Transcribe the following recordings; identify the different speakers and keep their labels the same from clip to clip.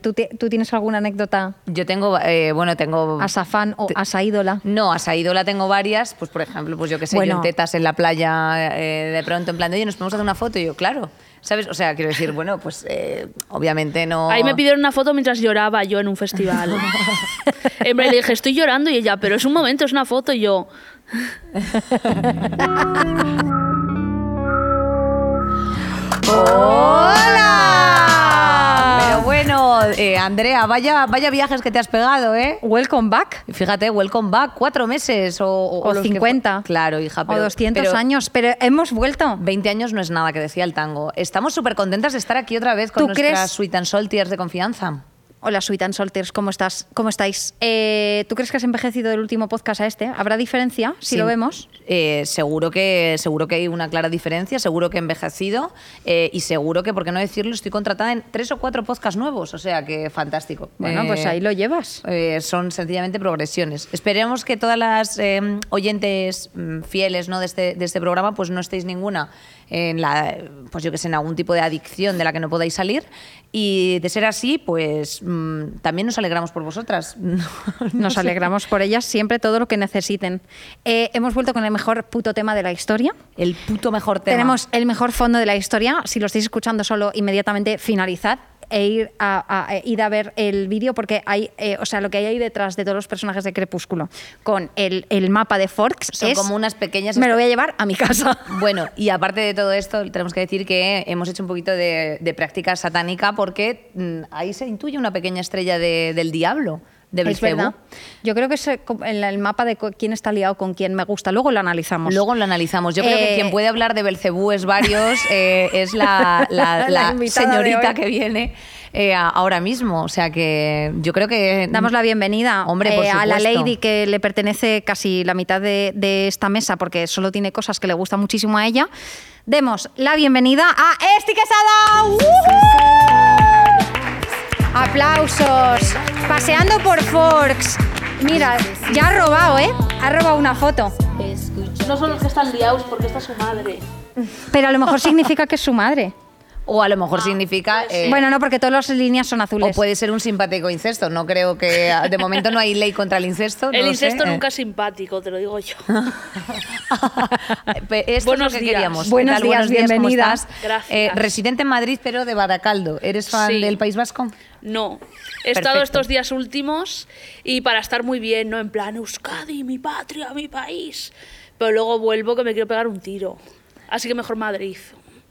Speaker 1: ¿Tú, te- tú tienes alguna anécdota
Speaker 2: Yo tengo, eh, bueno, tengo...
Speaker 1: a Safán o a Saídola?
Speaker 2: No, a Saidola tengo varias, pues por ejemplo, pues yo que sé,
Speaker 1: Bueno.
Speaker 2: yo en tetas en la playa eh, de pronto, en plan de, oye, nos podemos hacer una foto, y yo, claro, ¿sabes? O sea, quiero decir, bueno, pues eh, obviamente no...
Speaker 3: Ahí me pidieron una foto mientras lloraba yo en un festival. en plan, le dije, estoy llorando y ella, pero es un momento, es una foto y yo.
Speaker 2: ¡Hola! Pero bueno, eh, Andrea, vaya, vaya viajes que te has pegado, ¿eh?
Speaker 1: Welcome back.
Speaker 2: Fíjate, welcome back, cuatro meses o...
Speaker 1: O,
Speaker 2: los que fu-
Speaker 1: 50.
Speaker 2: claro, hija, pero...
Speaker 1: o 200
Speaker 2: pero
Speaker 1: años. Pero hemos vuelto.
Speaker 2: 20 años no es nada, que decía el tango. Estamos súper contentas de estar aquí otra vez con
Speaker 1: ¿Tú
Speaker 2: nuestras
Speaker 1: crees?
Speaker 2: Sweet and Saltiers de confianza.
Speaker 1: Hola, Sweet and Solters, ¿cómo, estás? ¿Cómo estáis? Eh, ¿Tú crees que has envejecido del último podcast a este? ¿Habrá diferencia si
Speaker 2: Sí.
Speaker 1: lo vemos?
Speaker 2: Eh, seguro, que, seguro que hay una clara diferencia, seguro que he envejecido eh, y seguro que, por qué no decirlo, estoy contratada en tres o cuatro podcasts nuevos, o sea que fantástico.
Speaker 1: Bueno,
Speaker 2: Eh,
Speaker 1: pues ahí lo llevas.
Speaker 2: eh, son sencillamente progresiones. Esperemos que todas las eh, oyentes mm, fieles ¿no? de, este, de este programa pues no estéis ninguna en la, pues yo que sé, en algún tipo de adicción de la que no podáis salir y de ser así, pues mm, también nos alegramos por vosotras. No
Speaker 1: Nos
Speaker 2: sé.
Speaker 1: alegramos por ellas siempre todo lo que necesiten. Eh, hemos vuelto con el mejor puto tema de la historia.
Speaker 2: El puto mejor tema.
Speaker 1: Tenemos el mejor fondo de la historia. Si lo estáis escuchando solo, inmediatamente finalizad e ir a, a- e ir a ver el vídeo porque hay, eh, o sea, lo que hay ahí detrás de todos los personajes de Crepúsculo con el, el mapa de Forks
Speaker 2: Son
Speaker 1: es-
Speaker 2: como unas pequeñas
Speaker 1: Me lo voy a llevar a mi casa.
Speaker 2: Bueno, y aparte de todo esto, tenemos que decir que hemos hecho un poquito de, de práctica satánica porque mm, ahí se intuye una pequeña estrella de- del diablo, de
Speaker 1: Es
Speaker 2: Belcebú.
Speaker 1: verdad. Yo creo que es eh, como el, el mapa de co- quién está liado con quién me gusta. Luego lo analizamos.
Speaker 2: Luego lo analizamos. Yo creo
Speaker 1: Eh,
Speaker 2: que quien puede hablar de Belcebú es varios, eh, es la,
Speaker 1: La
Speaker 2: la- la
Speaker 1: invitada de hoy.
Speaker 2: señorita que viene eh, a- ahora mismo. O sea que yo creo que.
Speaker 1: Damos la bienvenida
Speaker 2: Hombre, por
Speaker 1: eh, a la
Speaker 2: supuesto.
Speaker 1: lady que le pertenece casi la mitad de, de esta mesa porque solo tiene cosas que le gustan muchísimo a ella. Demos la bienvenida a Esti Quesada. ¡Uhú! Aplausos. Paseando por Forks. Mira, ya ha robado, ¿eh? Ha robado una foto.
Speaker 3: No son los que están liados porque está su madre.
Speaker 1: Pero a lo mejor significa que es su madre.
Speaker 2: O a lo mejor significa. eh,
Speaker 1: Bueno, no, porque todas las líneas son
Speaker 2: o
Speaker 1: azules.
Speaker 2: puede ser un simpático incesto. No creo que. De momento no hay ley contra el incesto. no
Speaker 3: El
Speaker 2: lo
Speaker 3: incesto
Speaker 2: sé. eh.
Speaker 3: nunca es simpático, te lo digo yo.
Speaker 2: Pe- Esto
Speaker 3: Buenos
Speaker 2: es lo que
Speaker 3: días.
Speaker 2: queríamos. ¿Qué
Speaker 1: Buenos
Speaker 2: tal?
Speaker 1: días,
Speaker 2: ¿cómo
Speaker 1: bienvenida.
Speaker 2: estás?
Speaker 3: Gracias.
Speaker 2: Eh, residente en Madrid, pero de Baracaldo. ¿Eres fan
Speaker 3: Sí.
Speaker 2: del País Vasco?
Speaker 3: No. He estado
Speaker 2: Perfecto.
Speaker 3: estos días últimos y para estar muy bien, ¿no? En plan, Euskadi, mi patria, mi país. Pero luego vuelvo que me quiero pegar un tiro. Así que mejor Madrid.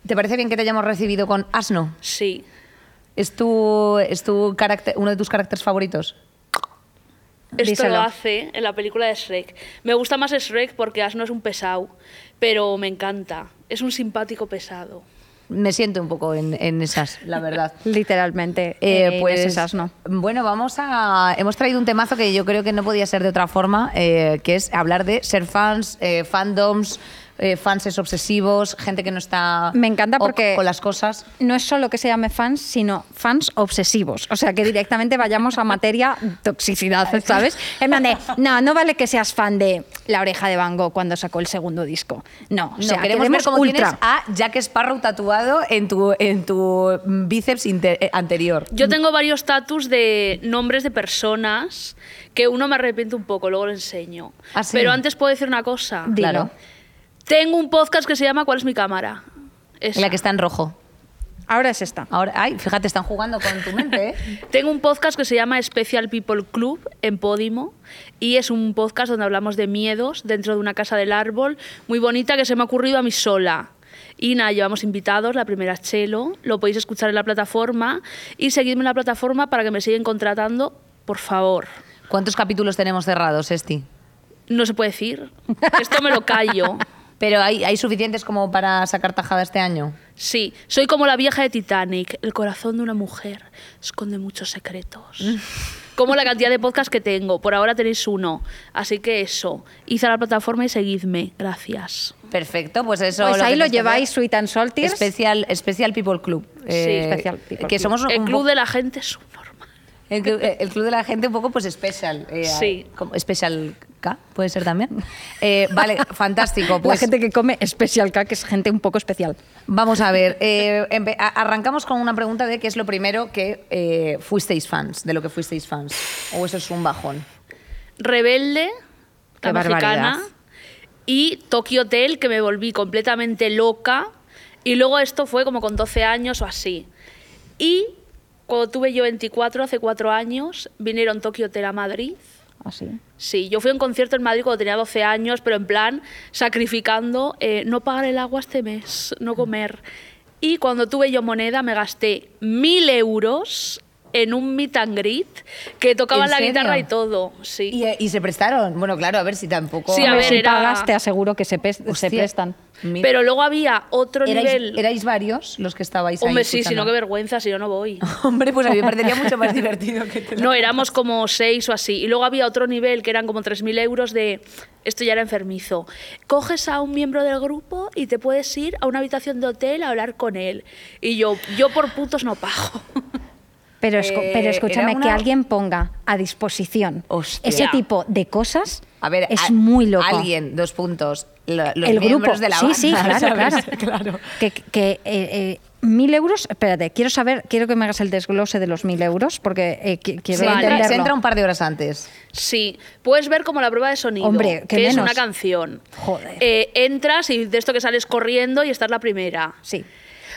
Speaker 2: ¿Te parece bien que te hayamos recibido con Asno?
Speaker 3: Sí.
Speaker 2: ¿Es, tu, es tu carácter, uno de tus caracteres favoritos?
Speaker 3: Esto
Speaker 1: Díselo.
Speaker 3: lo hace en la película de Shrek. Me gusta más Shrek porque Asno es un pesado, pero me encanta. Es un simpático pesado.
Speaker 2: Me siento un poco en, en esas, la verdad.
Speaker 1: Literalmente.
Speaker 2: Eh,
Speaker 1: pues esas no.
Speaker 2: Bueno, vamos a. Hemos traído un temazo que yo creo que no podía ser de otra forma, eh, que es hablar de ser fans, eh, fandoms, eh, fanses obsesivos, gente que no está.
Speaker 1: Me encanta
Speaker 2: ok
Speaker 1: porque-
Speaker 2: Con las cosas.
Speaker 1: no es solo que se llame fans, sino fans obsesivos. O sea, que directamente vayamos a materia toxicidad, ¿sabes? En plan de, no, no vale que seas fan de La Oreja de Van Gogh cuando sacó el segundo disco. No, o
Speaker 2: No,
Speaker 1: sea,
Speaker 2: queremos ver cómo tienes
Speaker 1: ultra.
Speaker 2: a Jack Sparrow tatuado en tu, en tu bíceps inte- eh, anterior.
Speaker 3: Yo tengo varios tatus de nombres de personas que uno me arrepiento un poco, luego lo enseño.
Speaker 2: Ah, sí.
Speaker 3: Pero antes puedo decir una cosa.
Speaker 1: Dilo.
Speaker 2: Claro.
Speaker 3: Tengo un podcast que se llama ¿Cuál es mi cámara? Esa.
Speaker 2: La que está en rojo.
Speaker 1: Ahora es esta.
Speaker 2: Ahora, ay, fíjate, están jugando con tu mente. ¿eh?
Speaker 3: Tengo un podcast que se llama Special People Club en Podimo y es un podcast donde hablamos de miedos dentro de una casa del árbol muy bonita que se me ha ocurrido a mí sola. Y nada, llevamos invitados, la primera es Chelo, lo podéis escuchar en la plataforma y seguidme en la plataforma para que me sigan contratando, por favor.
Speaker 2: ¿Cuántos capítulos tenemos cerrados, Esti?
Speaker 3: No se puede decir, esto me lo callo.
Speaker 2: Pero hay, hay suficientes como para sacar tajada este año.
Speaker 3: Sí, soy como la vieja de Titanic. El corazón de una mujer esconde muchos secretos.
Speaker 2: Mm.
Speaker 3: Como la cantidad de podcasts que tengo. Por ahora tenéis uno. Así que eso. Id a la plataforma y seguidme. Gracias.
Speaker 2: Perfecto, pues eso.
Speaker 1: Pues ahí lo
Speaker 2: tenéis que hacer.
Speaker 1: lleváis, Sweet and Salters.
Speaker 2: Especial, especial People Club. Eh,
Speaker 1: Special People
Speaker 2: que
Speaker 1: Club.
Speaker 2: somos un
Speaker 3: El
Speaker 2: po-
Speaker 3: club de la gente es subnormal.
Speaker 2: el, club- el club de la gente un poco pues especial. eh,
Speaker 3: Sí.
Speaker 2: como- Especial K, puede ser también. Eh, vale, fantástico. Pues
Speaker 1: la gente que come especial K, que es gente un poco especial.
Speaker 2: Vamos a ver, eh, empe- a- arrancamos con una pregunta de qué es lo primero que eh, fuisteis fans, de lo que fuisteis fans. O eso es un bajón.
Speaker 3: Rebelde,
Speaker 1: Qué
Speaker 3: la
Speaker 1: barbaridad.
Speaker 3: mexicana, y Tokyo Hotel, que me volví completamente loca. Y luego esto fue como con 12 años o así. Y cuando tuve yo 24, hace cuatro años, vinieron Tokyo Hotel a Madrid.
Speaker 1: Así.
Speaker 3: Sí, yo fui a un concierto en Madrid cuando tenía 12 años, pero en plan sacrificando eh, no pagar el agua este mes,
Speaker 2: Mm.
Speaker 3: no comer. Y cuando tuve yo moneda me gasté mil euros en un meet and greet que tocaban
Speaker 2: ¿En
Speaker 3: la
Speaker 2: serio?
Speaker 3: guitarra y todo. Sí.
Speaker 2: Y, eh, y se prestaron. Bueno, claro, a ver si tampoco.
Speaker 3: Sí, a
Speaker 1: Hombre,
Speaker 3: ver,
Speaker 1: si
Speaker 3: era-
Speaker 1: pagas, te aseguro que se, pes- eh, se
Speaker 2: Hostia.
Speaker 1: prestan.
Speaker 2: Mira.
Speaker 3: Pero luego había otro
Speaker 2: ¿Erais,
Speaker 3: nivel.
Speaker 2: erais varios los que estabais ahí.
Speaker 3: Hombre, sí, si
Speaker 2: escuchando?
Speaker 3: no, qué vergüenza, si yo no voy.
Speaker 2: Hombre, pues a mí me parecería mucho más divertido que te lo-
Speaker 3: No, éramos como seis o así. Y luego había otro nivel que eran como 3.000 euros de... Esto ya era enfermizo. Coges a un miembro del grupo y te puedes ir a una habitación de hotel a hablar con él. Y yo, yo por putos no pago.
Speaker 1: Pero, escu-
Speaker 2: Eh,
Speaker 1: pero
Speaker 2: era
Speaker 1: escúchame,
Speaker 2: una-
Speaker 1: que alguien ponga a disposición
Speaker 2: Hostia.
Speaker 1: ese tipo de cosas
Speaker 2: A ver,
Speaker 1: es
Speaker 2: a-
Speaker 1: muy loco.
Speaker 2: Alguien, dos puntos. lo- los
Speaker 1: el grupo.
Speaker 2: miembros de la
Speaker 1: sí,
Speaker 2: banda,
Speaker 1: sí, claro, claro.
Speaker 2: ¿sabes? Claro.
Speaker 1: Que, que, eh, eh, mil euros, espérate, quiero saber, quiero que me hagas el desglose de los mil euros porque eh, qui- quiero
Speaker 2: Se, entra,
Speaker 1: entenderlo.
Speaker 2: se entra un par de horas antes.
Speaker 3: Sí, puedes ver como la prueba de sonido,
Speaker 1: Hombre,
Speaker 3: que
Speaker 1: ¿qué
Speaker 3: es
Speaker 1: menos?
Speaker 3: una canción.
Speaker 1: Joder.
Speaker 3: Eh, entras y de esto que sales corriendo y estás la primera.
Speaker 1: Sí.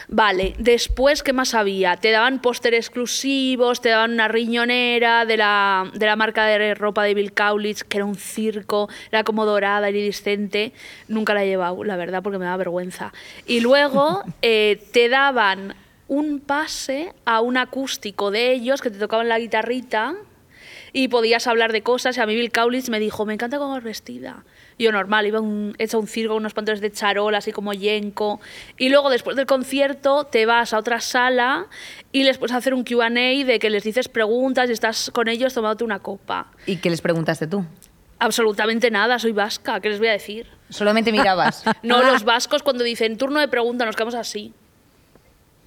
Speaker 3: Vale, después, ¿qué más había? Te daban póster exclusivos, te daban una riñonera de la, de la marca de ropa de Bill Kaulitz, que era un circo, era como dorada, iridiscente. Nunca la he llevado, la verdad, porque me da vergüenza. Y luego eh, te daban un pase a un acústico de ellos que te tocaban la guitarrita y podías hablar de cosas. Y a mí Bill Kaulitz me dijo, me encanta cómo vas vestida. Y Yo normal, iba a un, hecha un circo, unos pantalones de charol, así como yenco. Y luego después del concierto te vas a otra sala y les puedes hacer un QA de que les dices preguntas y estás con ellos tomándote una copa.
Speaker 2: ¿Y qué les preguntaste tú?
Speaker 3: Absolutamente nada, soy vasca, ¿qué les voy a decir?
Speaker 2: Solamente mirabas.
Speaker 3: No, los vascos cuando dicen turno de pregunta nos quedamos así.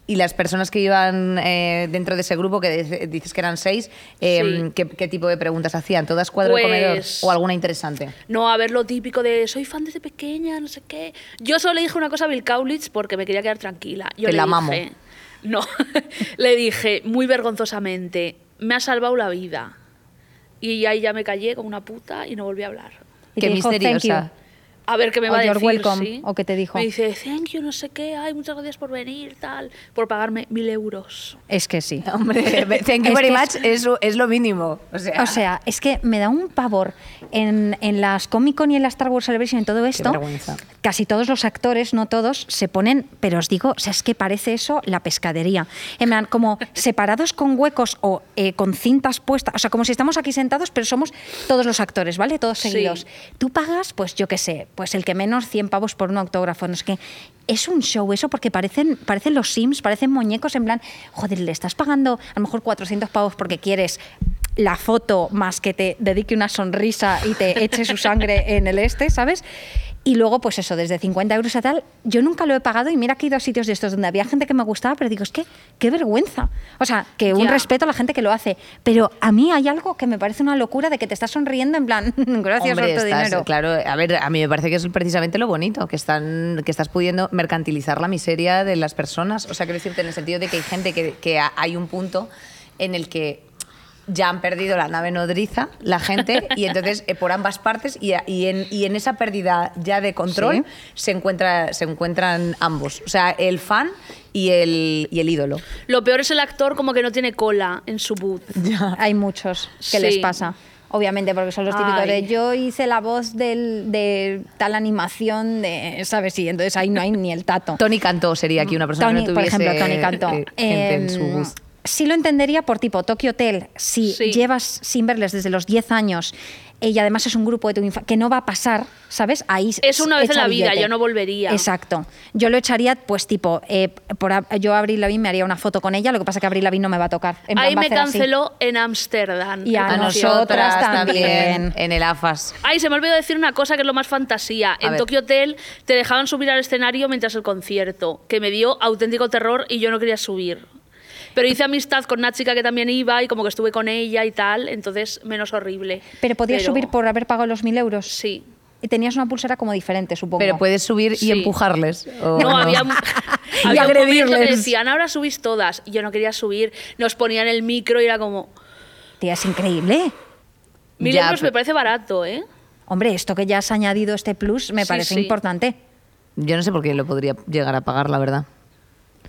Speaker 2: Y las personas que iban eh, dentro de ese grupo, que dice- dices que eran seis, eh,
Speaker 3: Sí.
Speaker 2: ¿qué, qué tipo de preguntas hacían? ¿Todas cuadro de comedor?
Speaker 3: Pues-
Speaker 2: ¿O alguna interesante?
Speaker 3: No, a ver lo típico de soy fan desde pequeña, no sé qué. Yo solo le dije una cosa a Bill Kaulitz porque me quería quedar tranquila. Yo
Speaker 2: Te
Speaker 3: le
Speaker 2: la
Speaker 3: dije,
Speaker 2: mamo.
Speaker 3: No, le dije muy vergonzosamente, me ha salvado la vida. Y ahí ya me callé como una puta y no volví a hablar.
Speaker 1: Y
Speaker 2: Qué
Speaker 1: te dijo, "Thank you".
Speaker 2: misteriosa.
Speaker 3: A ver qué me
Speaker 1: O
Speaker 3: va a
Speaker 1: you're
Speaker 3: decir.
Speaker 1: Oh, welcome,
Speaker 3: sí.
Speaker 1: o qué te dijo.
Speaker 3: Me dice, thank you, no sé qué, ay, muchas gracias por venir, tal, por pagarme mil euros.
Speaker 1: Es que sí.
Speaker 2: Hombre, thank you
Speaker 1: Es
Speaker 2: very
Speaker 1: que
Speaker 2: much
Speaker 1: es-
Speaker 2: es, es lo mínimo. O sea,
Speaker 1: O sea, es que me da un pavor en, en las Comic Con y en la Star Wars Celebration y en todo esto.
Speaker 2: vergüenza.
Speaker 1: Casi todos los actores, no todos, se ponen, pero os digo, o sea, es que parece eso la pescadería. En plan, como separados con huecos o eh, con cintas puestas. O sea, como si estamos aquí sentados, pero somos todos los actores, ¿vale? Todos
Speaker 3: Sí.
Speaker 1: seguidos. Tú pagas, pues yo qué sé, pues el que menos 100 pavos por un autógrafo. No es que es un show eso porque parecen, parecen los Sims, parecen muñecos en plan, joder, le estás pagando a lo mejor 400 pavos porque quieres la foto más que te dedique una sonrisa y te eche su sangre en el este, ¿sabes? Y luego, pues eso, desde 50 euros a tal, yo nunca lo he pagado y mira que he ido a sitios de estos donde había gente que me gustaba, pero digo, es que, qué vergüenza. O sea, que un
Speaker 3: Ya.
Speaker 1: respeto a la gente que lo hace, pero a mí hay algo que me parece una locura de que te estás sonriendo en plan, gracias
Speaker 2: Hombre,
Speaker 1: por tu
Speaker 2: estás-
Speaker 1: dinero.
Speaker 2: Claro, a ver, a mí me parece que es precisamente lo bonito, que, están, que estás pudiendo mercantilizar la miseria de las personas. O sea, quiero decirte en el sentido de que hay gente que, que ha- hay un punto en el que ya han perdido la nave nodriza, la gente, y entonces eh, por ambas partes, y, a- y en, y en esa pérdida ya de control
Speaker 1: Sí.
Speaker 2: se, encuentra, se encuentran ambos. O sea, el fan y el, y el ídolo.
Speaker 3: Lo peor es el actor como que no tiene cola en su boot.
Speaker 1: Hay muchos que
Speaker 3: Sí.
Speaker 1: les pasa. Obviamente, porque son los típicos
Speaker 3: Ay.
Speaker 1: de yo hice la voz del, de tal animación, de, ¿sabes? Y entonces ahí no hay ni el tato.
Speaker 2: Tony Cantó sería aquí una persona
Speaker 1: Tony,
Speaker 2: que no
Speaker 1: por
Speaker 2: tuviese
Speaker 1: ejemplo, Tony Cantó.
Speaker 2: eh, gente en
Speaker 1: Em,
Speaker 2: su bus.
Speaker 1: Sí lo entendería por tipo Tokyo Hotel, si
Speaker 3: Sí.
Speaker 1: llevas sin verles desde los 10 años eh, y además es un grupo de tu infancia, que no va a pasar, ¿sabes? Ahí
Speaker 3: Es una vez en
Speaker 1: echa
Speaker 3: la vida,
Speaker 1: billete.
Speaker 3: yo no volvería.
Speaker 1: Exacto. Yo lo echaría, pues tipo, eh, por, a- yo a Avril Lavigne me haría una foto con ella, lo que pasa que Avril Lavigne no me va a tocar. En plan,
Speaker 3: Ahí
Speaker 1: va a
Speaker 3: me
Speaker 1: hacer así.
Speaker 3: canceló en Ámsterdam.
Speaker 1: Y
Speaker 3: el
Speaker 1: a
Speaker 2: A
Speaker 3: concierto.
Speaker 2: nosotras
Speaker 1: nosotras
Speaker 2: también,
Speaker 1: también.
Speaker 2: en el AFAS.
Speaker 3: Ay, se me olvidó decir una cosa que es lo más fantasía. en
Speaker 2: ver.
Speaker 3: Tokyo Hotel te dejaban subir al escenario mientras el concierto, que me dio auténtico terror y yo no quería subir. Pero hice amistad con una chica que también iba y como que estuve con ella y tal, entonces menos horrible.
Speaker 1: Pero podías subir por haber pagado los mil euros.
Speaker 3: Sí.
Speaker 1: Y tenías una pulsera como diferente, supongo.
Speaker 2: Pero puedes subir y
Speaker 3: Sí.
Speaker 2: empujarles.
Speaker 1: Oh,
Speaker 2: ¿o
Speaker 3: No, había, mu-
Speaker 2: Y
Speaker 3: había un momento que
Speaker 2: agredirles.
Speaker 3: decían, ahora subís todas. Y yo no quería subir. Nos ponían el micro y era como,
Speaker 1: Tía, es increíble.
Speaker 3: mil
Speaker 2: Ya,
Speaker 3: euros
Speaker 2: pero-
Speaker 3: me parece barato, ¿eh?
Speaker 1: Hombre, esto que ya has añadido este plus me
Speaker 3: Sí,
Speaker 1: parece
Speaker 3: sí.
Speaker 1: importante.
Speaker 2: Yo no sé por qué lo podría llegar a pagar, la verdad.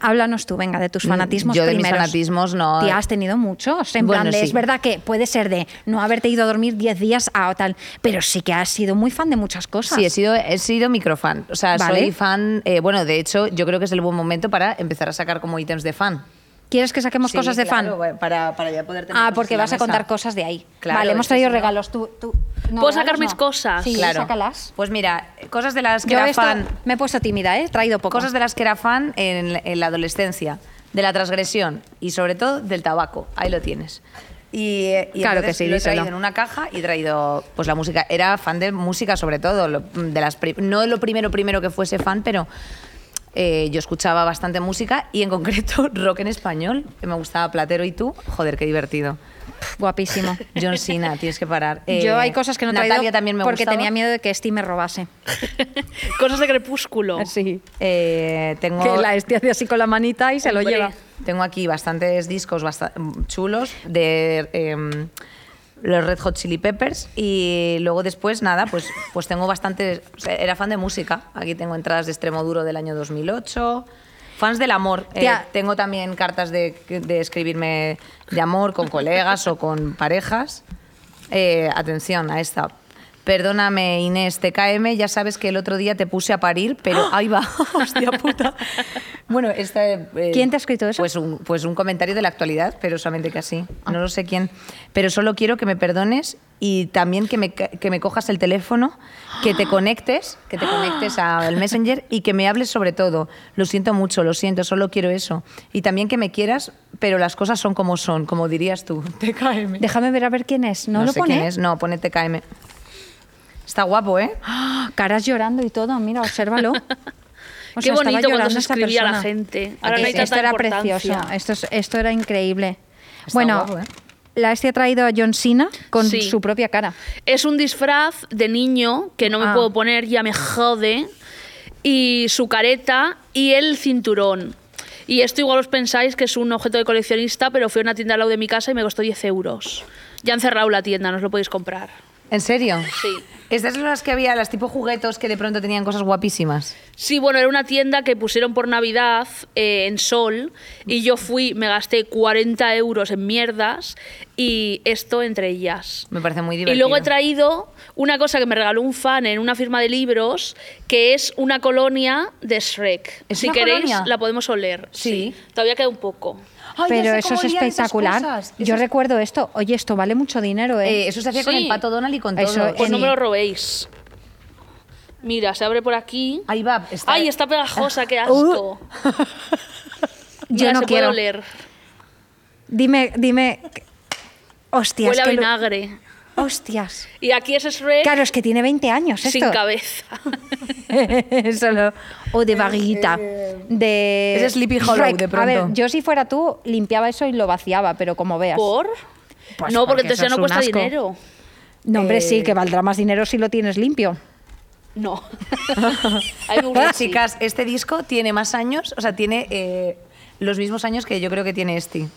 Speaker 1: Háblanos tú, venga, de tus fanatismos
Speaker 2: Mm, Yo de mis
Speaker 1: primeros.
Speaker 2: fanatismos no-
Speaker 1: Tía, has tenido muchos. En
Speaker 2: Bueno,
Speaker 1: plan de,
Speaker 2: sí.
Speaker 1: es verdad que puede ser de no haberte ido a dormir 10 días a tal, pero sí que has sido muy fan de muchas cosas.
Speaker 2: Sí, he sido, he sido microfan. O sea,
Speaker 1: Vale.
Speaker 2: soy fan. eh, bueno, de hecho, yo creo que es el buen momento para empezar a sacar como ítems de fan.
Speaker 1: ¿Quieres que saquemos
Speaker 2: Sí,
Speaker 1: cosas de
Speaker 2: claro,
Speaker 1: fan?
Speaker 2: bueno, Para, para ya poder tener
Speaker 1: Ah,
Speaker 2: cosas
Speaker 1: porque
Speaker 2: en la
Speaker 1: vas a contar
Speaker 2: mesa.
Speaker 1: cosas de ahí.
Speaker 2: Claro,
Speaker 1: vale,
Speaker 2: es
Speaker 1: hemos
Speaker 2: que
Speaker 1: traído
Speaker 2: si no-
Speaker 1: regalos. Tú, tú- no,
Speaker 3: ¿Puedo
Speaker 1: regalos
Speaker 3: sacar mis
Speaker 1: no.
Speaker 3: cosas?
Speaker 1: Sí,
Speaker 2: Claro.
Speaker 1: sácalas.
Speaker 2: Pues mira, cosas de las que
Speaker 1: Yo
Speaker 2: era
Speaker 1: esto
Speaker 2: fan.
Speaker 1: me he puesto tímida, ¿eh? He traído poco.
Speaker 2: Cosas de las que era fan en, en la adolescencia, de la transgresión y sobre todo del tabaco. Ahí lo tienes. Y, eh, y
Speaker 1: Claro
Speaker 2: entonces
Speaker 1: que sí,
Speaker 2: lo he traído
Speaker 1: díselo.
Speaker 2: en una caja y he traído pues la música. Era fan de música sobre todo, lo- de las pri- no lo primero primero que fuese fan, pero eh, yo escuchaba bastante música y en concreto rock en español. que Me gustaba Platero y tú. Joder, qué divertido.
Speaker 1: Guapísimo.
Speaker 2: John Cena, tienes que parar. Eh,
Speaker 1: Yo hay cosas que no he traído
Speaker 2: Natalia también me
Speaker 1: porque
Speaker 2: gustaba.
Speaker 1: tenía miedo de que Steve me robase.
Speaker 3: Cosas de crepúsculo.
Speaker 1: Sí.
Speaker 2: Eh, tengo
Speaker 1: Que la Esti hace así con la manita y se lo
Speaker 3: Hombre.
Speaker 1: lleva.
Speaker 2: Tengo aquí bastantes discos basta- chulos de em, los Red Hot Chili Peppers y luego después, nada, pues, pues tengo bastantes... o sea, era fan de música. Aquí tengo entradas de Extremo Duro del año 2008. Fans del amor. Eh,
Speaker 1: Tía.
Speaker 2: tengo también cartas de, de escribirme de amor con colegas o con parejas. Eh, atención a esta. Perdóname, Inés, TKM, ya sabes que el otro día te puse a parir, pero ahí va, hostia puta. Bueno, esta, eh,
Speaker 1: ¿Quién te ha escrito eso? Ah.
Speaker 2: Pues un, pues un comentario de la actualidad, pero solamente que así. No lo sé quién. Pero solo quiero que me perdones y también que me, ca- que me cojas el teléfono, que te conectes, que te conectes al Messenger y que me hables sobre todo. Lo siento mucho, lo siento, solo quiero eso. Y también que me quieras, pero las cosas son como son, como dirías tú. TKM.
Speaker 1: Déjame ver a ver quién es. ¿No, lo
Speaker 2: sé
Speaker 1: pone?
Speaker 2: quién es. No, pone TKM. Está guapo, ¿eh?
Speaker 1: Ah, Caras llorando y todo. Mira, obsérvalo. O
Speaker 3: Qué
Speaker 1: sea, estaba
Speaker 3: bonito cuando
Speaker 1: llorando
Speaker 3: se
Speaker 1: esta
Speaker 3: escribía la
Speaker 1: persona.
Speaker 3: gente. Ahora no hay
Speaker 1: esto
Speaker 3: tanta
Speaker 1: era
Speaker 3: importancia.
Speaker 1: precioso. Esto, es- esto era increíble. bueno,
Speaker 2: guapo, ¿eh?
Speaker 1: la Esti ha traído a John Cena con
Speaker 3: Sí.
Speaker 1: su propia cara.
Speaker 3: Es un disfraz de niño que no me
Speaker 1: Ah.
Speaker 3: puedo poner, ya me jode. Y su careta y el cinturón. Y esto igual os pensáis que es un objeto de coleccionista, pero fui a una tienda al lado de mi casa y me costó 10 euros. Ya han cerrado la tienda, no os lo podéis comprar.
Speaker 2: ¿En serio?
Speaker 3: Sí.
Speaker 2: Estas son las que había, las tipo juguetos que de pronto tenían cosas guapísimas.
Speaker 3: Sí, bueno, era una tienda que pusieron por Navidad eh, en Sol y yo fui, me gasté 40 euros en mierdas y esto entre ellas.
Speaker 2: Me parece muy divertido.
Speaker 3: Y luego he traído una cosa que me regaló un fan en una firma de libros, que es una colonia de Shrek.
Speaker 2: ¿Es
Speaker 3: si
Speaker 2: una
Speaker 3: queréis,
Speaker 2: colonia?
Speaker 3: la podemos oler.
Speaker 2: Sí.
Speaker 3: Todavía queda un poco.
Speaker 1: Pero eso es espectacular. Yo recuerdo esto. Oye, esto vale mucho dinero, ¿eh?
Speaker 2: eso se hacía con
Speaker 3: Sí.
Speaker 2: el pato Donald y con
Speaker 1: Eso
Speaker 2: todo.
Speaker 3: Pues
Speaker 1: en-
Speaker 3: no me lo robéis. Mira, se abre por aquí.
Speaker 2: Ahí va. Está...
Speaker 3: ¡Ay, está pegajosa! ¡Qué asco!
Speaker 1: Uh, Yo
Speaker 3: Mira,
Speaker 1: no
Speaker 3: se
Speaker 1: quiero.
Speaker 3: puede oler.
Speaker 1: Dime, dime. Hostias.
Speaker 3: Huele a
Speaker 1: que lo-
Speaker 3: vinagre.
Speaker 1: Hostias.
Speaker 3: Y aquí es Shrek
Speaker 1: Claro, es que tiene 20 años esto.
Speaker 3: sin cabeza.
Speaker 1: Solo. O de vaguita. De.
Speaker 2: Eh, Es Sleepy Hollow,
Speaker 1: Shrek.
Speaker 2: de
Speaker 1: A ver,
Speaker 2: pronto.
Speaker 1: yo si fuera tú, limpiaba eso y lo vaciaba, pero como veas.
Speaker 3: ¿Por?
Speaker 1: Pues
Speaker 3: no,
Speaker 1: porque
Speaker 3: porque entonces
Speaker 1: eso
Speaker 3: ya
Speaker 1: es
Speaker 3: no
Speaker 1: un
Speaker 3: cuesta
Speaker 1: asco.
Speaker 3: dinero.
Speaker 1: No, hombre,
Speaker 2: Eh,
Speaker 1: sí, que valdrá más dinero si lo tienes limpio.
Speaker 3: No. A mí me gusta
Speaker 2: Bueno,
Speaker 3: así.
Speaker 2: chicas, este disco tiene más años, o sea, tiene eh, los mismos años que yo creo que tiene este.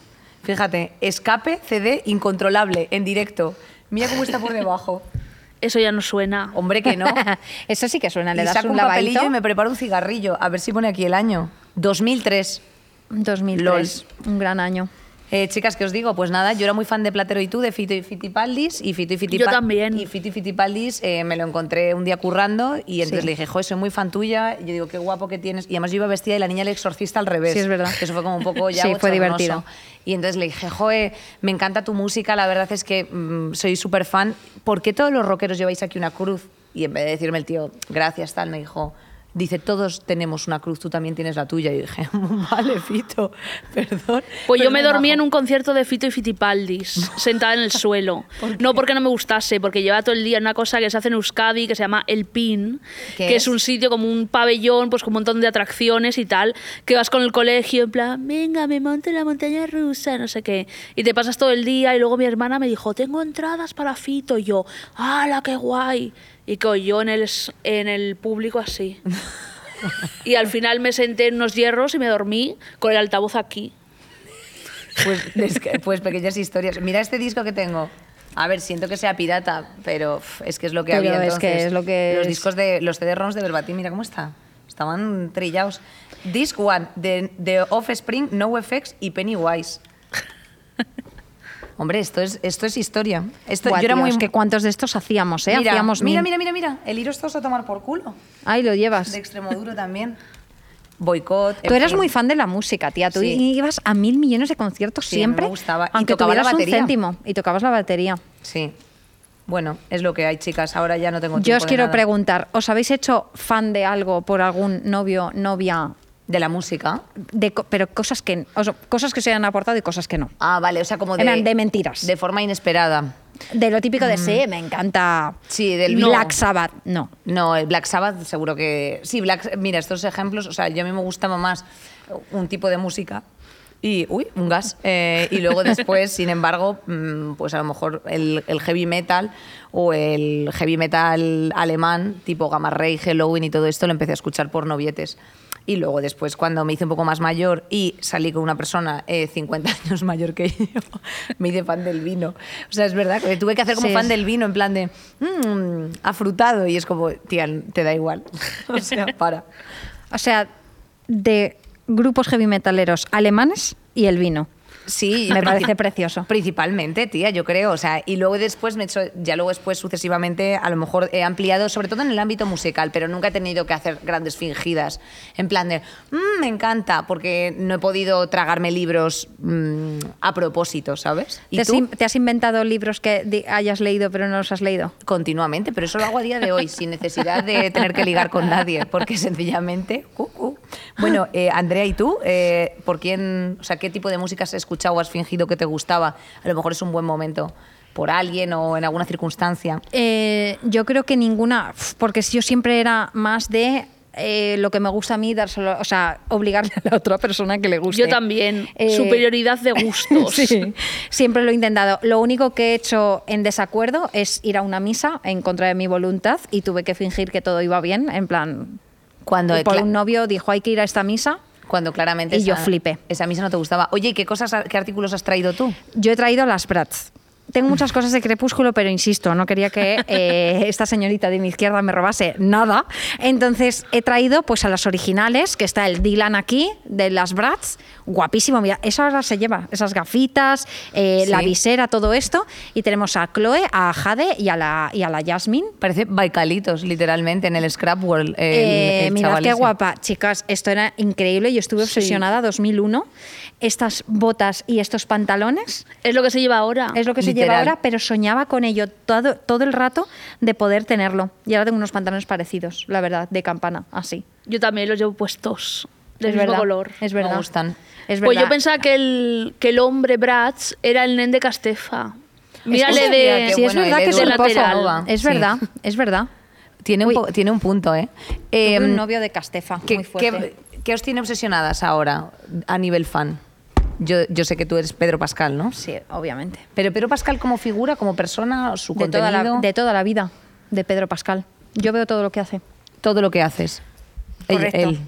Speaker 2: Fíjate, escape, CD, incontrolable, en directo. Mira cómo está por debajo.
Speaker 3: Eso ya no suena.
Speaker 2: Hombre, que no.
Speaker 1: Eso sí que suena, le
Speaker 2: Oh. y
Speaker 1: das
Speaker 2: saco
Speaker 1: un
Speaker 2: un papelillo
Speaker 1: lavadito.
Speaker 2: y me preparo un cigarrillo. A ver si pone aquí el año. 2003.
Speaker 1: 2003, un gran año.
Speaker 2: Eh, chicas, ¿qué os digo? Pues nada, yo era muy fan de Platero y tú, de Fito y Fitipaldis. Y Fito y Fitipa-
Speaker 3: Yo también.
Speaker 2: Y Fito y Fitipaldis eh, me lo encontré un día currando y entonces
Speaker 1: Sí.
Speaker 2: le dije, joder, soy muy fan tuya. Y yo digo, qué guapo que tienes. Y además yo iba vestida de la niña del exorcista al revés.
Speaker 1: Sí, es verdad.
Speaker 2: Que eso fue como un poco ya
Speaker 1: Sí, fue
Speaker 2: bochornoso.
Speaker 1: divertido.
Speaker 2: Y entonces le dije, joe, me encanta tu música, la verdad es que mm, soy súper fan. ¿Por qué todos los rockeros lleváis aquí una cruz? Y en vez de decirme el tío, gracias, tal, me dijo, dice, todos tenemos una cruz, tú también tienes la tuya. Y yo dije, vale, Fito, perdón.
Speaker 3: Pues yo
Speaker 2: perdón,
Speaker 3: me dormí
Speaker 2: majo".
Speaker 3: en un concierto de Fito y Fitipaldis, sentada en el suelo. No porque no me gustase, porque llevaba todo el día en una cosa que se hace en Euskadi, que se llama El Pin,
Speaker 2: ¿Qué
Speaker 3: que
Speaker 2: es?
Speaker 3: es? un sitio como un pabellón, pues con un montón de atracciones y tal, que vas con el colegio en plan, venga, me monto en la montaña rusa, no sé qué. Y te pasas todo el día y luego mi hermana me dijo, tengo entradas para Fito. Y yo, ¡hala, qué guay! Y que yo en el, s- en el público así. Y al final me senté en unos hierros y me dormí con el altavoz aquí.
Speaker 2: Pues, es que- pues pequeñas historias. Mira este disco que tengo. A ver, siento que sea pirata, pero uf, es que es lo que
Speaker 1: Pero
Speaker 2: había
Speaker 1: es
Speaker 2: entonces.
Speaker 1: que es lo que
Speaker 2: los
Speaker 1: es.
Speaker 2: discos de los CD-ROMs de Verbatim, mira cómo está. Estaban trillados. Disc One de, de Offspring, No Effects y Pennywise. Hombre, esto es esto es historia. Esto
Speaker 1: Buah,
Speaker 2: yo era
Speaker 1: tío,
Speaker 2: muy
Speaker 1: es que cuántos de estos hacíamos, ¿eh?
Speaker 2: mira,
Speaker 1: hacíamos
Speaker 2: mira,
Speaker 1: mil.
Speaker 2: mira, mira, mira, el iros todos a tomar por culo
Speaker 1: Ahí lo llevas.
Speaker 2: de Extremoduro también. Boicot.
Speaker 1: Tú
Speaker 2: en
Speaker 1: eras
Speaker 2: fin.
Speaker 1: muy fan de la música, tía. Tú
Speaker 2: Em, Sí.
Speaker 1: ibas a mil millones de conciertos
Speaker 2: Sí, a mí me
Speaker 1: siempre.
Speaker 2: gustaba. Y
Speaker 1: Aunque
Speaker 2: tocaba la
Speaker 1: tuvieras un
Speaker 2: batería.
Speaker 1: céntimo y tocabas la batería.
Speaker 2: Sí. Bueno, es lo que hay, chicas. Ahora ya no tengo tiempo
Speaker 1: Yo os
Speaker 2: de
Speaker 1: quiero
Speaker 2: nada.
Speaker 1: preguntar, ¿os habéis hecho fan de algo por algún novio, novia?
Speaker 2: De la música.
Speaker 1: De, co- pero cosas que, o sea, cosas que se han aportado y cosas que no.
Speaker 2: Ah, vale, o sea, como de.
Speaker 1: Eran de mentiras.
Speaker 2: De forma inesperada.
Speaker 1: De lo típico de sí, me encanta
Speaker 2: Sí, del
Speaker 1: Black
Speaker 2: no.
Speaker 1: Sabbath. No.
Speaker 2: No, el Black Sabbath seguro que. Sí, Black. Mira, estos ejemplos, o sea, yo a mí me gustaba más un tipo de música. Y, uy, un gas. Eh, y luego después, sin embargo, mm, pues a lo mejor el, el heavy metal o el heavy metal alemán, tipo Gamma Ray, Halloween y todo esto, lo empecé a escuchar por novietes. Y luego después, cuando me hice un poco más mayor y salí con una persona eh, 50 años mayor que yo, me hice fan del vino. O sea, es verdad que me tuve que hacer como
Speaker 1: Sí.
Speaker 2: fan del vino, en plan de, mmm, afrutado. Y es como, tía, te da igual. O sea, para.
Speaker 1: O sea, de grupos heavy metaleros alemanes y el vino.
Speaker 2: Sí,
Speaker 1: Me
Speaker 2: princip-
Speaker 1: parece precioso.
Speaker 2: Principalmente, tía, yo creo. O sea, y luego después me he hecho, ya luego después sucesivamente, a lo mejor he ampliado, sobre todo en el ámbito musical, pero nunca he tenido que hacer grandes fingidas. En plan de, "Mm, me encanta, porque no he podido tragarme libros mm, a propósito, ¿sabes?
Speaker 1: ¿Te
Speaker 2: ¿Y
Speaker 1: has,
Speaker 2: tú?
Speaker 1: in- te has inventado libros que di- hayas leído pero no los has leído?
Speaker 2: Continuamente, pero eso lo hago a día de hoy, sin necesidad de tener que ligar con nadie, porque sencillamente. cu, cu. Bueno, eh, Andrea, ¿y tú? Eh, ¿Por quién, o sea, qué tipo de música has escuchado o has fingido que te gustaba? A lo mejor es un buen momento, por alguien o en alguna circunstancia.
Speaker 1: Eh, yo creo que ninguna, pf, porque yo siempre era más de eh, lo que me gusta a mí, dárselo, o sea, obligarle a la otra persona que le guste.
Speaker 3: Yo también.
Speaker 1: Eh,
Speaker 3: Superioridad de gustos.
Speaker 1: sí, siempre lo he intentado. Lo único que he hecho en desacuerdo es ir a una misa en contra de mi voluntad y tuve que fingir que todo iba bien, en plan,
Speaker 2: Cuando,
Speaker 1: por
Speaker 2: cla-
Speaker 1: un novio dijo hay que ir a esta misa.
Speaker 2: cuando claramente.
Speaker 1: Y yo
Speaker 2: esa-
Speaker 1: flipé.
Speaker 2: Esa misa no te gustaba. Oye, ¿y qué cosas, qué artículos has traído tú?
Speaker 1: Yo he traído las Bratz. Tengo muchas cosas de Crepúsculo, pero insisto, no quería que eh, esta señorita de mi izquierda me robase nada. Entonces he traído pues a las originales, que está el Dylan aquí, de las Bratz. Guapísimo, mira, eso ahora se lleva, esas gafitas, eh, la
Speaker 2: Sí.
Speaker 1: visera, todo esto. Y tenemos a Chloe, a Jade y a la, y a la Jasmine.
Speaker 2: Parece baicalitos, literalmente, en el Scrap World. el-
Speaker 1: Eh,
Speaker 2: el
Speaker 1: mirad
Speaker 2: chaval
Speaker 1: qué
Speaker 2: ese.
Speaker 1: guapa, chicas, esto era increíble. Yo estuve
Speaker 3: Sí.
Speaker 1: obsesionada 2001. Estas botas y estos pantalones.
Speaker 3: Es lo que se lleva ahora.
Speaker 1: Es lo que se
Speaker 2: Literal.
Speaker 1: lleva ahora, pero soñaba con ello todo, todo el rato de poder tenerlo. Y ahora tengo unos pantalones parecidos, la verdad, de campana, así.
Speaker 3: Yo también los llevo puestos. Del
Speaker 1: es
Speaker 3: mismo
Speaker 1: verdad,
Speaker 3: color.
Speaker 1: Es verdad.
Speaker 2: Me gustan.
Speaker 1: Es
Speaker 3: Pues yo
Speaker 1: verdad.
Speaker 3: pensaba que el, que el hombre Bratz era el nen de Castefa. Mírale
Speaker 2: que-
Speaker 3: de.
Speaker 2: qué
Speaker 1: Sí, es
Speaker 2: bueno,
Speaker 1: verdad
Speaker 2: el
Speaker 1: que es
Speaker 3: Edu
Speaker 1: un
Speaker 3: lateral.
Speaker 1: pozo. Es
Speaker 2: Sí.
Speaker 1: verdad, es verdad.
Speaker 2: Tiene un,
Speaker 1: Uy.
Speaker 2: po- tiene un punto, ¿eh?
Speaker 1: Tuve
Speaker 2: Em,
Speaker 1: un novio de Castefa,
Speaker 2: ¿Qué,
Speaker 1: muy fuerte.
Speaker 2: qué- qué os tiene obsesionadas ahora a nivel fan? Yo, yo sé que tú eres Pedro Pascal, ¿no?
Speaker 1: Sí, obviamente.
Speaker 2: Pero Pedro Pascal como figura, como persona, su
Speaker 1: De toda,
Speaker 2: contenido,
Speaker 1: la, de toda la vida, de Pedro Pascal. Yo veo todo lo que hace.
Speaker 2: todo lo que haces. Él-
Speaker 1: Correcto.
Speaker 2: él.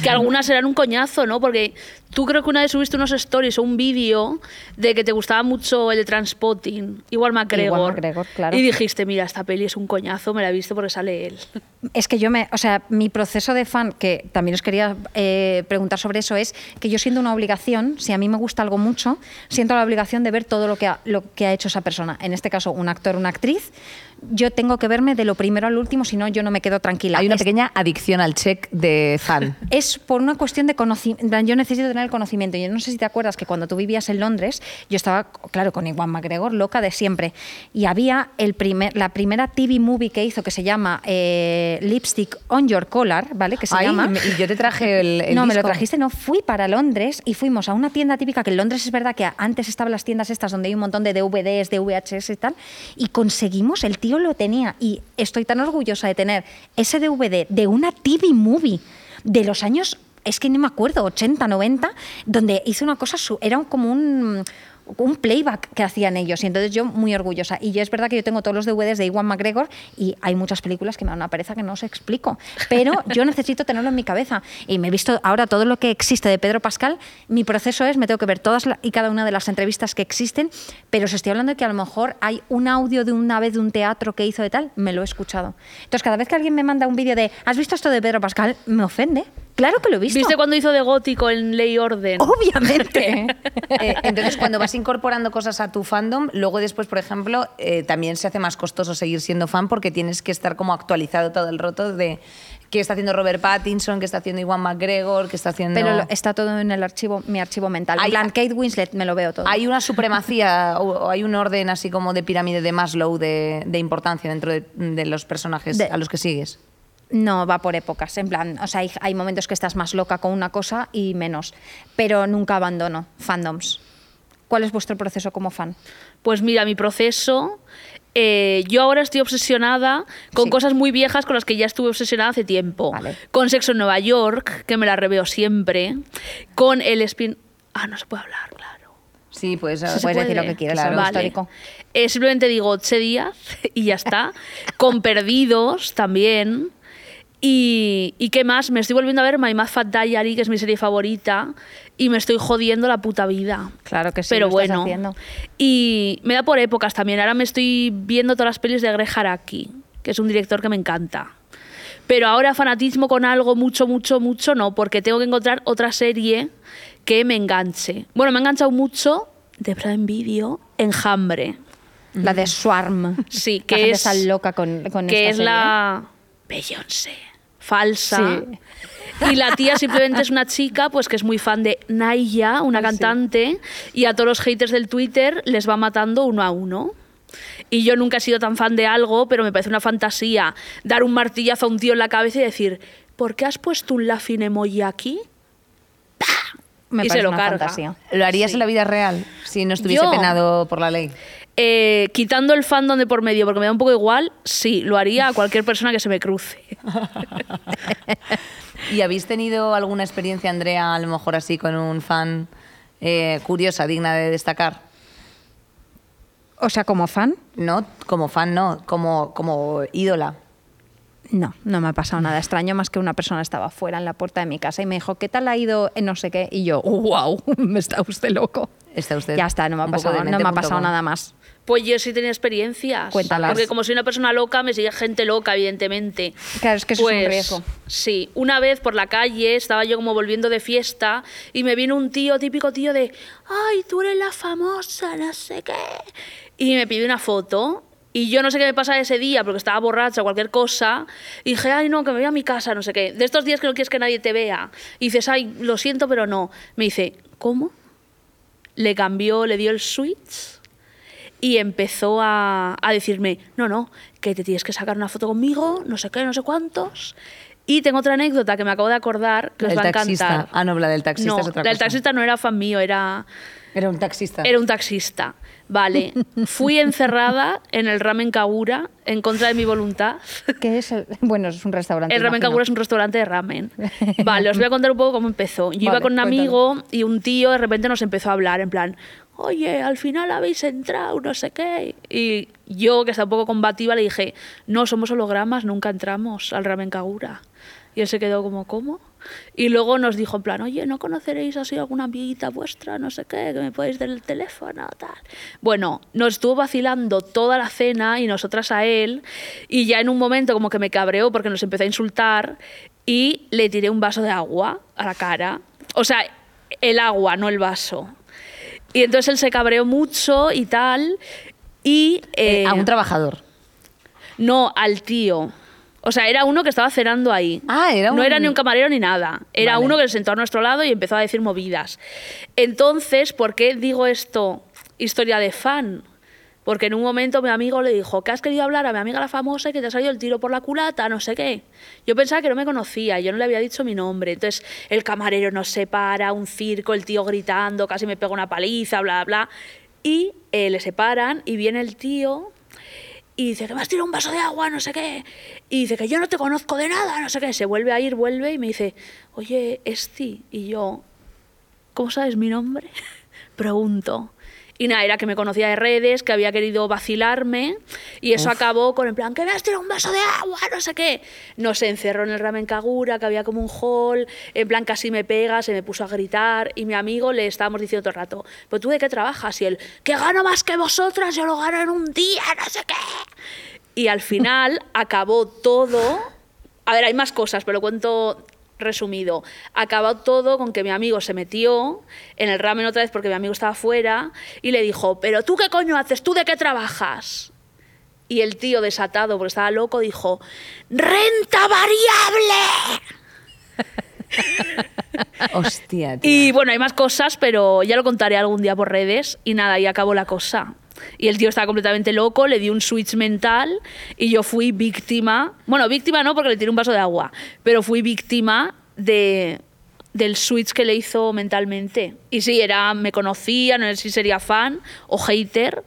Speaker 3: Que algunas eran un coñazo, ¿no? Porque tú creo que una vez subiste unos stories o un vídeo de que te gustaba mucho el de Transpotting, igual MacGregor.
Speaker 1: Ewan McGregor, claro.
Speaker 3: Y dijiste, mira, esta peli es un coñazo, me la he visto porque sale él.
Speaker 1: Es que yo me, o sea, mi proceso de fan, que también os quería eh, preguntar sobre eso, es que yo siento una obligación, si a mí me gusta algo mucho, siento la obligación de ver todo lo que ha, lo que ha hecho esa persona. En este caso, un actor, una actriz. Yo tengo que verme de lo primero al último, si no, yo no me quedo tranquila.
Speaker 2: Hay una
Speaker 1: Es-
Speaker 2: pequeña adicción al check de fan.
Speaker 1: es por una cuestión de conocimiento. Yo necesito tener el conocimiento. Yo no sé si te acuerdas que cuando tú vivías en Londres, yo estaba, claro, con Iwan McGregor, loca de siempre. Y había el primer, la primera TV movie que hizo, que se llama eh, eh, Lipstick on Your Collar, ¿vale? Que se
Speaker 2: Ay,
Speaker 1: llama.
Speaker 2: y me- y yo te traje el, el
Speaker 1: no, me lo
Speaker 2: disco.
Speaker 1: trajiste, no. Fui para Londres y fuimos a una tienda típica que en Londres es verdad que antes estaban las tiendas estas donde hay un montón de DVDs, de VHS y tal. Y conseguimos, el tío lo tenía. Y estoy tan orgullosa de tener ese DVD de una TV movie de los años, es que no me acuerdo, 80, 90, donde hizo una cosa, su- era un- como un un playback que hacían ellos y entonces yo muy orgullosa y yo es verdad que yo tengo todos los DVDs de Iwan McGregor y hay muchas películas que me dan una pereza que no os explico pero yo necesito tenerlo en mi cabeza y me he visto ahora todo lo que existe de Pedro Pascal mi proceso es me tengo que ver todas la- y cada una de las entrevistas que existen pero os estoy hablando de que a lo mejor hay un audio de una vez de un teatro que hizo de tal me lo he escuchado entonces cada vez que alguien me manda un vídeo de ¿has visto esto de Pedro Pascal? me ofende claro que lo he visto
Speaker 3: ¿Viste cuando hizo de gótico en Ley y Orden?
Speaker 1: Oh, obviamente
Speaker 2: Eh, entonces, cuando vas incorporando cosas a tu fandom, luego después, por ejemplo, eh, también se hace más costoso seguir siendo fan porque tienes que estar como actualizado todo el rato de qué está haciendo Robert Pattinson, qué está haciendo Iwan McGregor, qué está haciendo...
Speaker 1: Pero lo- está todo en el archivo, mi archivo mental. En
Speaker 2: Hay-
Speaker 1: plan, Kate Winslet, me lo veo todo.
Speaker 2: Hay una supremacía o, o hay un orden así como de pirámide de Maslow de, de importancia dentro de, de los personajes
Speaker 1: De-
Speaker 2: a los que sigues.
Speaker 1: No va por épocas, en plan, o sea, hay, hay momentos que estás más loca con una cosa y menos, pero nunca abandono fandoms. ¿Cuál es vuestro proceso como fan?
Speaker 3: Pues mira, mi proceso. eh, yo ahora estoy obsesionada con
Speaker 1: Sí.
Speaker 3: cosas muy viejas con las que ya estuve obsesionada hace tiempo.
Speaker 1: Vale.
Speaker 3: Con Sexo en Nueva York, que me la reveo siempre. Con el spin. Ah, no se puede hablar, claro.
Speaker 2: Sí, pues
Speaker 1: Sí, sí.
Speaker 2: pues-
Speaker 1: puedes decir lo que quieras,
Speaker 2: claro.
Speaker 1: algo histórico.
Speaker 3: Eh, simplemente digo Che Díaz y ya está. Con Perdidos también. Y, ¿Y qué más? Me estoy volviendo a ver My Mad Fat Diary, que es mi serie favorita, y me estoy jodiendo la puta vida.
Speaker 1: Claro que sí,
Speaker 3: Pero
Speaker 1: lo estás
Speaker 3: bueno.
Speaker 1: haciendo.
Speaker 3: Y me da por épocas también. Ahora me estoy viendo todas las pelis de Greg Haraki, que es un director que me encanta. Pero ahora fanatismo con algo mucho, mucho, mucho no, porque tengo que encontrar otra serie que me enganche. Bueno, me ha enganchado mucho de Prime Video, Enjambre.
Speaker 1: La de Swarm.
Speaker 3: Sí,
Speaker 1: la
Speaker 3: que
Speaker 1: gente
Speaker 3: es
Speaker 1: está loca con, con
Speaker 3: que
Speaker 1: esta
Speaker 3: es
Speaker 1: serie.
Speaker 3: la Beyoncé falsa.
Speaker 1: Sí.
Speaker 3: Y la tía simplemente es una chica pues que es muy fan de Naya, una
Speaker 1: Ay, Ah, sí.
Speaker 3: cantante, y a todos los haters del Twitter les va matando uno a uno. Y yo nunca he sido tan fan de algo, pero me parece una fantasía dar un martillazo a un tío en la cabeza y decir, ¿por qué has puesto un laughing emoji aquí?
Speaker 1: Me
Speaker 3: y se
Speaker 1: parece
Speaker 3: lo
Speaker 1: una
Speaker 3: carga.
Speaker 1: fantasía.
Speaker 2: ¿Lo harías en la vida real si no estuviese
Speaker 3: Yo-
Speaker 2: penado por la ley?
Speaker 3: Eh, quitando el fandom de por medio, porque me da un poco igual, sí, lo haría a cualquier persona que se me cruce.
Speaker 2: ¿Y habéis tenido alguna experiencia, Andrea, a lo mejor así con un fan eh, curiosa, digna de destacar?
Speaker 1: O sea, como fan,
Speaker 2: No, como fan no, como, como ídola.
Speaker 1: No, no me ha pasado nada extraño, más que una persona estaba fuera en la puerta de mi casa y me dijo, ¿qué tal ha ido en no sé qué? Y yo, wow, me está usted loco.
Speaker 2: Está usted
Speaker 1: ya está, no me ha
Speaker 2: un poco
Speaker 1: pasado, no me ha
Speaker 2: demente.com.
Speaker 1: pasado nada más.
Speaker 3: Pues yo sí tenía experiencias.
Speaker 1: Cuéntalas.
Speaker 3: Porque como soy una persona loca, me sigue gente loca, evidentemente. Pues,
Speaker 1: Claro, es que eso es un riesgo.
Speaker 3: Sí, una vez por la calle estaba yo como volviendo de fiesta y me vino un tío, típico tío de, ay, tú eres la famosa, no sé qué. Y me pidió una foto. Y yo no sé qué me pasa ese día, porque estaba borracha o cualquier cosa. Y dije, ay, no, que me voy a mi casa, no sé qué. De estos días que no quieres que nadie te vea. Y dices, ay, lo siento, pero no. Me dice, ¿cómo? Le cambió, le dio el switch y empezó a, a decirme, no, no, que te tienes que sacar una foto conmigo, no sé qué, no sé cuántos. Y tengo otra anécdota que me acabo de acordar que
Speaker 2: La
Speaker 3: os
Speaker 2: del
Speaker 3: va a
Speaker 2: taxista.
Speaker 3: encantar.
Speaker 2: Ah, no, la del taxista
Speaker 3: No,
Speaker 2: es otra
Speaker 3: la del
Speaker 2: cosa.
Speaker 3: taxista no era fan mío, era,
Speaker 2: Era un taxista.
Speaker 3: era un taxista. Vale, fui encerrada en el Ramen Kagura en contra de mi voluntad.
Speaker 1: ¿Qué es el- Bueno, es un restaurante.
Speaker 3: El ramen
Speaker 1: imagino.
Speaker 3: Kagura es un restaurante de ramen. Vale, os voy a contar un poco cómo empezó. Yo iba
Speaker 1: Vale,
Speaker 3: con un
Speaker 1: cuéntalo.
Speaker 3: amigo y un tío de repente nos empezó a hablar en plan, oye, al final habéis entrado, no sé qué. Y yo, que estaba un poco combativa, le dije, no, somos hologramas, nunca entramos al ramen Kagura. Y él se quedó como, ¿cómo? Y luego nos dijo en plan, oye, ¿no conoceréis así alguna amiguita vuestra, no sé qué, que me podéis dar el teléfono, tal? Bueno, nos estuvo vacilando toda la cena y nosotras a él, y ya en un momento como que me cabreó porque nos empezó a insultar y le tiré un vaso de agua a la cara. O sea, el agua, no el vaso. Y entonces él se cabreó mucho y tal, y...
Speaker 2: Eh,
Speaker 3: eh,
Speaker 2: a un trabajador.
Speaker 3: no, al tío. O sea, era uno que estaba cenando ahí.
Speaker 2: Ah, era
Speaker 3: No
Speaker 2: un-
Speaker 3: era ni un camarero ni nada. Era
Speaker 2: Vale.
Speaker 3: uno que se sentó a nuestro lado y empezó a decir movidas. Entonces, ¿por qué digo esto? Historia de fan. Porque en un momento mi amigo le dijo, que has querido hablar a mi amiga la famosa y que te ha salido el tiro por la culata, no sé qué. Yo pensaba que no me conocía, yo no le había dicho mi nombre. Entonces el camarero nos separa, un circo, el tío gritando, casi me pega una paliza, bla, bla. Y eh, le separan y viene el tío y dice que me has tirado un vaso de agua, no sé qué. Y dice que yo no te conozco de nada, no sé qué. Se vuelve a ir, vuelve y me dice, oye, Esti. Y yo, ¿cómo sabes mi nombre? Pregunto. Y nada, era que me conocía de redes, que había querido vacilarme. Y eso acabó con el plan, que me has tirado un vaso de agua, no sé qué. No se encerró en el ramen Kagura, que había como un hall. En plan, casi me pega, se me puso a gritar. Y mi amigo le estábamos diciendo todo el rato, ¿pero tú de qué trabajas? Y él, que gano más que vosotras, yo lo gano en un día, no sé qué. Y al final acabó todo. A ver, hay más cosas, pero lo cuento resumido, acabó todo con que mi amigo se metió en el ramen otra vez porque mi amigo estaba fuera y le dijo, pero tú qué coño haces, tú de qué trabajas. Y el tío desatado porque estaba loco dijo, renta variable.
Speaker 2: Hostia, tío.
Speaker 3: Y bueno, hay más cosas, pero ya lo contaré algún día por redes y nada, y acabó la cosa. Y el tío estaba completamente loco, le di un switch mental y yo fui víctima, bueno, víctima no porque le tiré un vaso de agua, pero fui víctima de del switch que le hizo mentalmente. Y sí, era me conocía, no sé si sería fan o hater,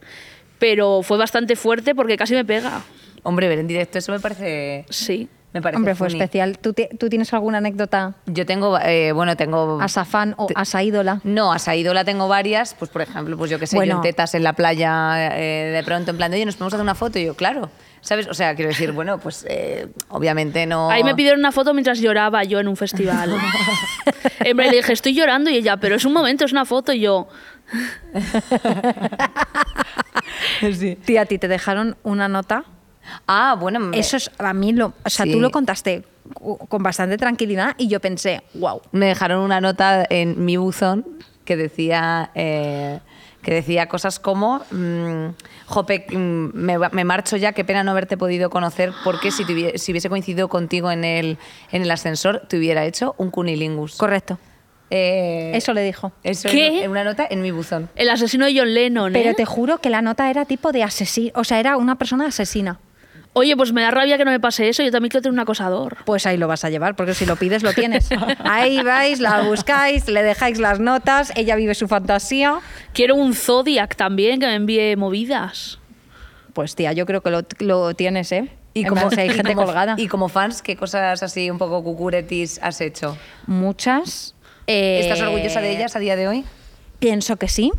Speaker 3: pero fue bastante fuerte porque casi me pega.
Speaker 2: Hombre, ver en directo eso me parece.
Speaker 3: Sí.
Speaker 2: Me parece
Speaker 1: Hombre, fue
Speaker 2: funny.
Speaker 1: especial. ¿Tú, te- tú tienes alguna anécdota
Speaker 2: Yo tengo, eh, bueno, tengo.
Speaker 1: a Safán o a esa ídola?
Speaker 2: No, a Saidola tengo varias, pues por ejemplo, pues yo que sé,
Speaker 1: Bueno.
Speaker 2: yo en tetas en la playa, eh, de pronto en plan de, oye, nos podemos hacer una foto, y yo, claro, ¿sabes? O sea, quiero decir, bueno, pues eh, obviamente no...
Speaker 3: Ahí me pidieron una foto mientras lloraba yo en un festival. en plan, le dije, estoy llorando y ella, pero es un momento, es una foto y yo.
Speaker 2: Sí.
Speaker 1: Tía, a ti te dejaron una nota.
Speaker 2: Ah, bueno, me-
Speaker 1: Eso es a mí lo. O sea,
Speaker 2: Sí.
Speaker 1: tú lo contaste cu- con bastante tranquilidad y yo pensé, wow.
Speaker 2: me dejaron una nota en mi buzón que decía eh, que decía cosas como mm, Jope, mm, me, va- me marcho ya, qué pena no haberte podido conocer, porque si, te hubie- si hubiese coincidido contigo en el, en el ascensor, te hubiera hecho un cunilingus.
Speaker 1: Correcto.
Speaker 2: Eh,
Speaker 1: Eso le dijo.
Speaker 2: eso
Speaker 3: ¿Qué?
Speaker 2: en una nota en mi buzón.
Speaker 3: El asesino de John Lennon. ¿eh?
Speaker 1: Pero te juro que la nota era tipo de asesino. O sea, era una persona asesina.
Speaker 3: Oye, pues me da rabia que no me pase eso. Yo también quiero tener un acosador.
Speaker 1: Pues ahí lo vas a llevar, porque si lo pides, lo tienes. Ahí vais, la buscáis, le dejáis las notas, ella vive su fantasía.
Speaker 3: Quiero un Zodiac también que me envíe movidas.
Speaker 1: Pues tía, yo creo que lo, lo tienes, ¿eh? Y como si hay
Speaker 2: y
Speaker 1: gente
Speaker 2: como-
Speaker 1: colgada.
Speaker 2: Y como fans, ¿qué cosas así un poco cucuretis has hecho?
Speaker 1: Muchas. eh,
Speaker 2: ¿Estás orgullosa de ellas a día de hoy?
Speaker 1: Pienso que sí.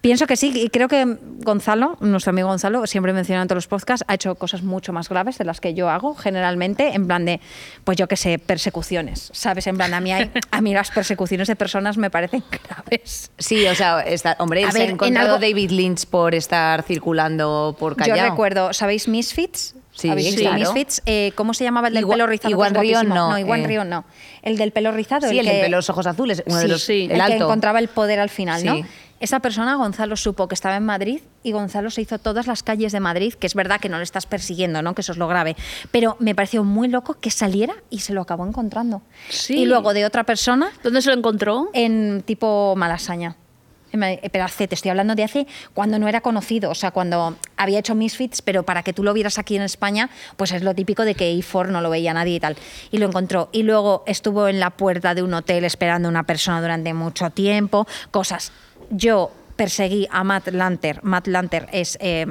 Speaker 1: Pienso que sí, y creo que Gonzalo, nuestro amigo Gonzalo, siempre menciona en todos los podcasts, ha hecho cosas mucho más graves de las que yo hago generalmente, en plan de, pues yo qué sé, persecuciones, ¿sabes? En plan, a mí, hay- a mí las persecuciones de personas me parecen graves.
Speaker 2: Sí, o sea, está, hombre,
Speaker 1: A
Speaker 2: se
Speaker 1: ver,
Speaker 2: ha
Speaker 1: en
Speaker 2: encontrado
Speaker 1: algo-
Speaker 2: David Lynch por estar circulando por Callao.
Speaker 1: Yo recuerdo, ¿sabéis Misfits?
Speaker 2: Sí,
Speaker 1: ¿Habéis visto
Speaker 2: claro.
Speaker 1: Misfits? Eh, ¿Cómo se llamaba el del
Speaker 2: Igua-
Speaker 1: pelo rizado? que es
Speaker 2: Iguan Río
Speaker 1: guapísimo?
Speaker 2: no,
Speaker 1: No, Iguan
Speaker 2: eh.
Speaker 1: Río no. El del pelo rizado.
Speaker 2: Sí, el, de
Speaker 1: que-
Speaker 2: los ojos azules, uno de
Speaker 3: Sí,
Speaker 2: los,
Speaker 3: sí.
Speaker 2: el
Speaker 1: el, que
Speaker 2: alto.
Speaker 1: encontraba el poder al final, ¿no?
Speaker 2: Sí.
Speaker 1: Esa persona, Gonzalo, supo que estaba en Madrid y Gonzalo se hizo todas las calles de Madrid, que es verdad que no le estás persiguiendo, ¿no? Que eso es lo grave. Pero me pareció muy loco que saliera y se lo acabó encontrando.
Speaker 3: Sí.
Speaker 1: Y luego de otra persona
Speaker 3: ¿Dónde se lo encontró?
Speaker 1: en tipo Malasaña. En Madrid. Eh, Pero hace, te estoy hablando de hace cuando no era conocido, o sea, cuando había hecho Misfits, pero para que tú lo vieras aquí en España, pues es lo típico de que E4 no lo veía nadie y tal. Y lo encontró. Y luego estuvo en la puerta de un hotel esperando a una persona durante mucho tiempo, cosas. Yo perseguí a Matt Lanter. Matt Lanter es eh,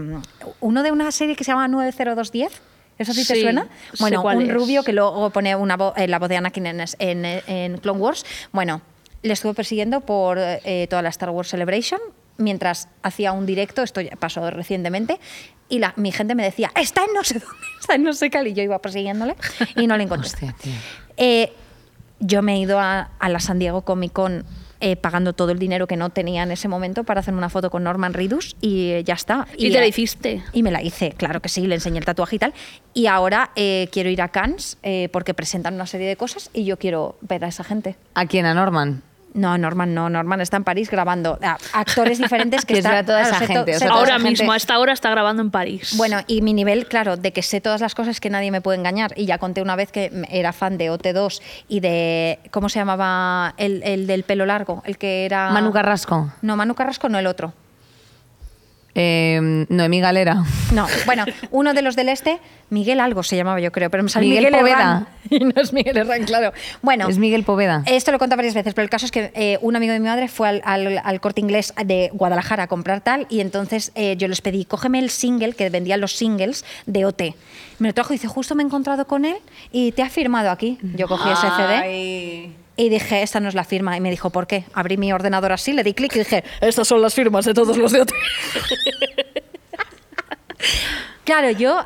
Speaker 1: uno de una serie que se llama 90210. ¿Eso sí, te
Speaker 3: Sí,
Speaker 1: suena?
Speaker 3: sé
Speaker 1: Bueno,
Speaker 3: cuál
Speaker 1: un
Speaker 3: es.
Speaker 1: rubio que luego pone una vo- eh, la voz de Anakin en, es- en, eh, en Clone Wars. Bueno, le estuve persiguiendo por eh, toda la Star Wars Celebration mientras hacía un directo, esto ya pasó recientemente, y la, mi gente me decía, está en no sé dónde, está en no sé qué, y yo iba persiguiéndole y no le encontré.
Speaker 2: Hostia, tío.
Speaker 1: Eh, yo me he ido a, a la San Diego Comic Con eh, pagando todo el dinero que no tenía en ese momento para hacer una foto con Norman Reedus y eh, ya está.
Speaker 3: ¿Y te la
Speaker 1: eh,
Speaker 3: hiciste?
Speaker 1: Y me la hice, claro que sí, le enseñé el tatuaje y tal. Y ahora eh, quiero ir a Cannes eh, porque presentan una serie de cosas y yo quiero ver a esa gente.
Speaker 2: ¿A quién? ¿A Norman?
Speaker 1: No, Norman no, Norman está en París grabando a actores diferentes que
Speaker 2: Que es
Speaker 1: están...
Speaker 2: ver a toda esa
Speaker 1: sé to-
Speaker 2: gente, o
Speaker 1: sé
Speaker 2: sea,
Speaker 1: toda
Speaker 3: Ahora
Speaker 1: esa gente.
Speaker 3: mismo, a esta hora está grabando en París.
Speaker 1: Bueno, y mi nivel, claro, de que sé todas las cosas que nadie me puede engañar. Y ya conté una vez que m- era fan de OT2 y de. ¿Cómo se llamaba el, el del pelo largo? El que era.
Speaker 2: Manu Carrasco.
Speaker 1: No, Manu Carrasco no, el otro.
Speaker 2: Eh, Noemí Galera.
Speaker 1: No, bueno, uno de los del este, Miguel algo se llamaba yo creo, pero me sale
Speaker 2: Miguel
Speaker 1: Miguel, Herrán.
Speaker 2: Poveda.
Speaker 1: Y no es Miguel Herrán, claro. Bueno,
Speaker 2: Es Miguel Poveda.
Speaker 1: esto lo he contado varias veces, pero el caso es que eh, un amigo de mi madre fue al, al- al corte inglés de Guadalajara a comprar tal y entonces eh, yo les pedí, cógeme el single, que vendían los singles de OT. Me lo trajo y dice, justo me he encontrado con él y te ha firmado aquí. Yo cogí ese CD. Y dije, esta no es la firma. Y me dijo, ¿por qué? Abrí mi ordenador así, le di clic y dije, estas son las firmas de todos los de OT. claro, yo,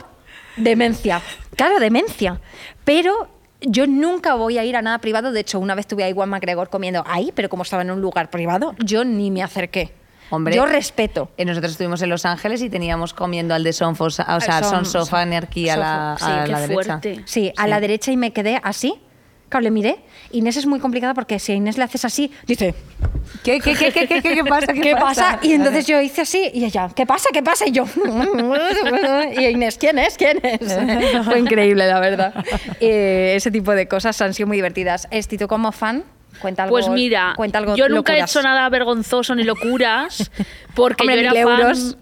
Speaker 1: demencia. Claro, demencia. Pero yo nunca voy a ir a nada privado. De hecho, una vez tuve a Iwan McGregor comiendo ahí, pero como estaba en un lugar privado, yo ni me acerqué.
Speaker 2: Hombre.
Speaker 1: Yo respeto.
Speaker 2: Eh, Nosotros estuvimos en Los Ángeles y teníamos comiendo al de Son, Fosa- o sea,
Speaker 1: Son-
Speaker 2: Son Sofa Anarquía a la,
Speaker 1: Sofa,
Speaker 2: a
Speaker 1: sí,
Speaker 2: la
Speaker 3: qué
Speaker 2: derecha.
Speaker 3: fuerte.
Speaker 1: Sí, a la
Speaker 2: Sí.
Speaker 1: derecha y me quedé así. Claro, le miré. Inés es muy complicada porque si a Inés le haces así, dice,
Speaker 2: ¿Qué, qué, qué, qué, qué, qué, qué pasa?
Speaker 1: ¿Qué, pasa? Y entonces yo hice así y ella, ¿qué pasa? ¿Qué pasa? Y yo, y Inés, ¿quién es? ¿Quién es? Fue increíble, la verdad. Eh, ese tipo de cosas han sido muy divertidas. Esti, tú como fan, cuenta algo.
Speaker 3: Pues mira,
Speaker 1: cuenta algo
Speaker 3: yo nunca
Speaker 1: locuras.
Speaker 3: he hecho nada vergonzoso ni locuras, porque
Speaker 1: Hombre,
Speaker 3: yo
Speaker 1: mil
Speaker 3: era fan.
Speaker 1: euros.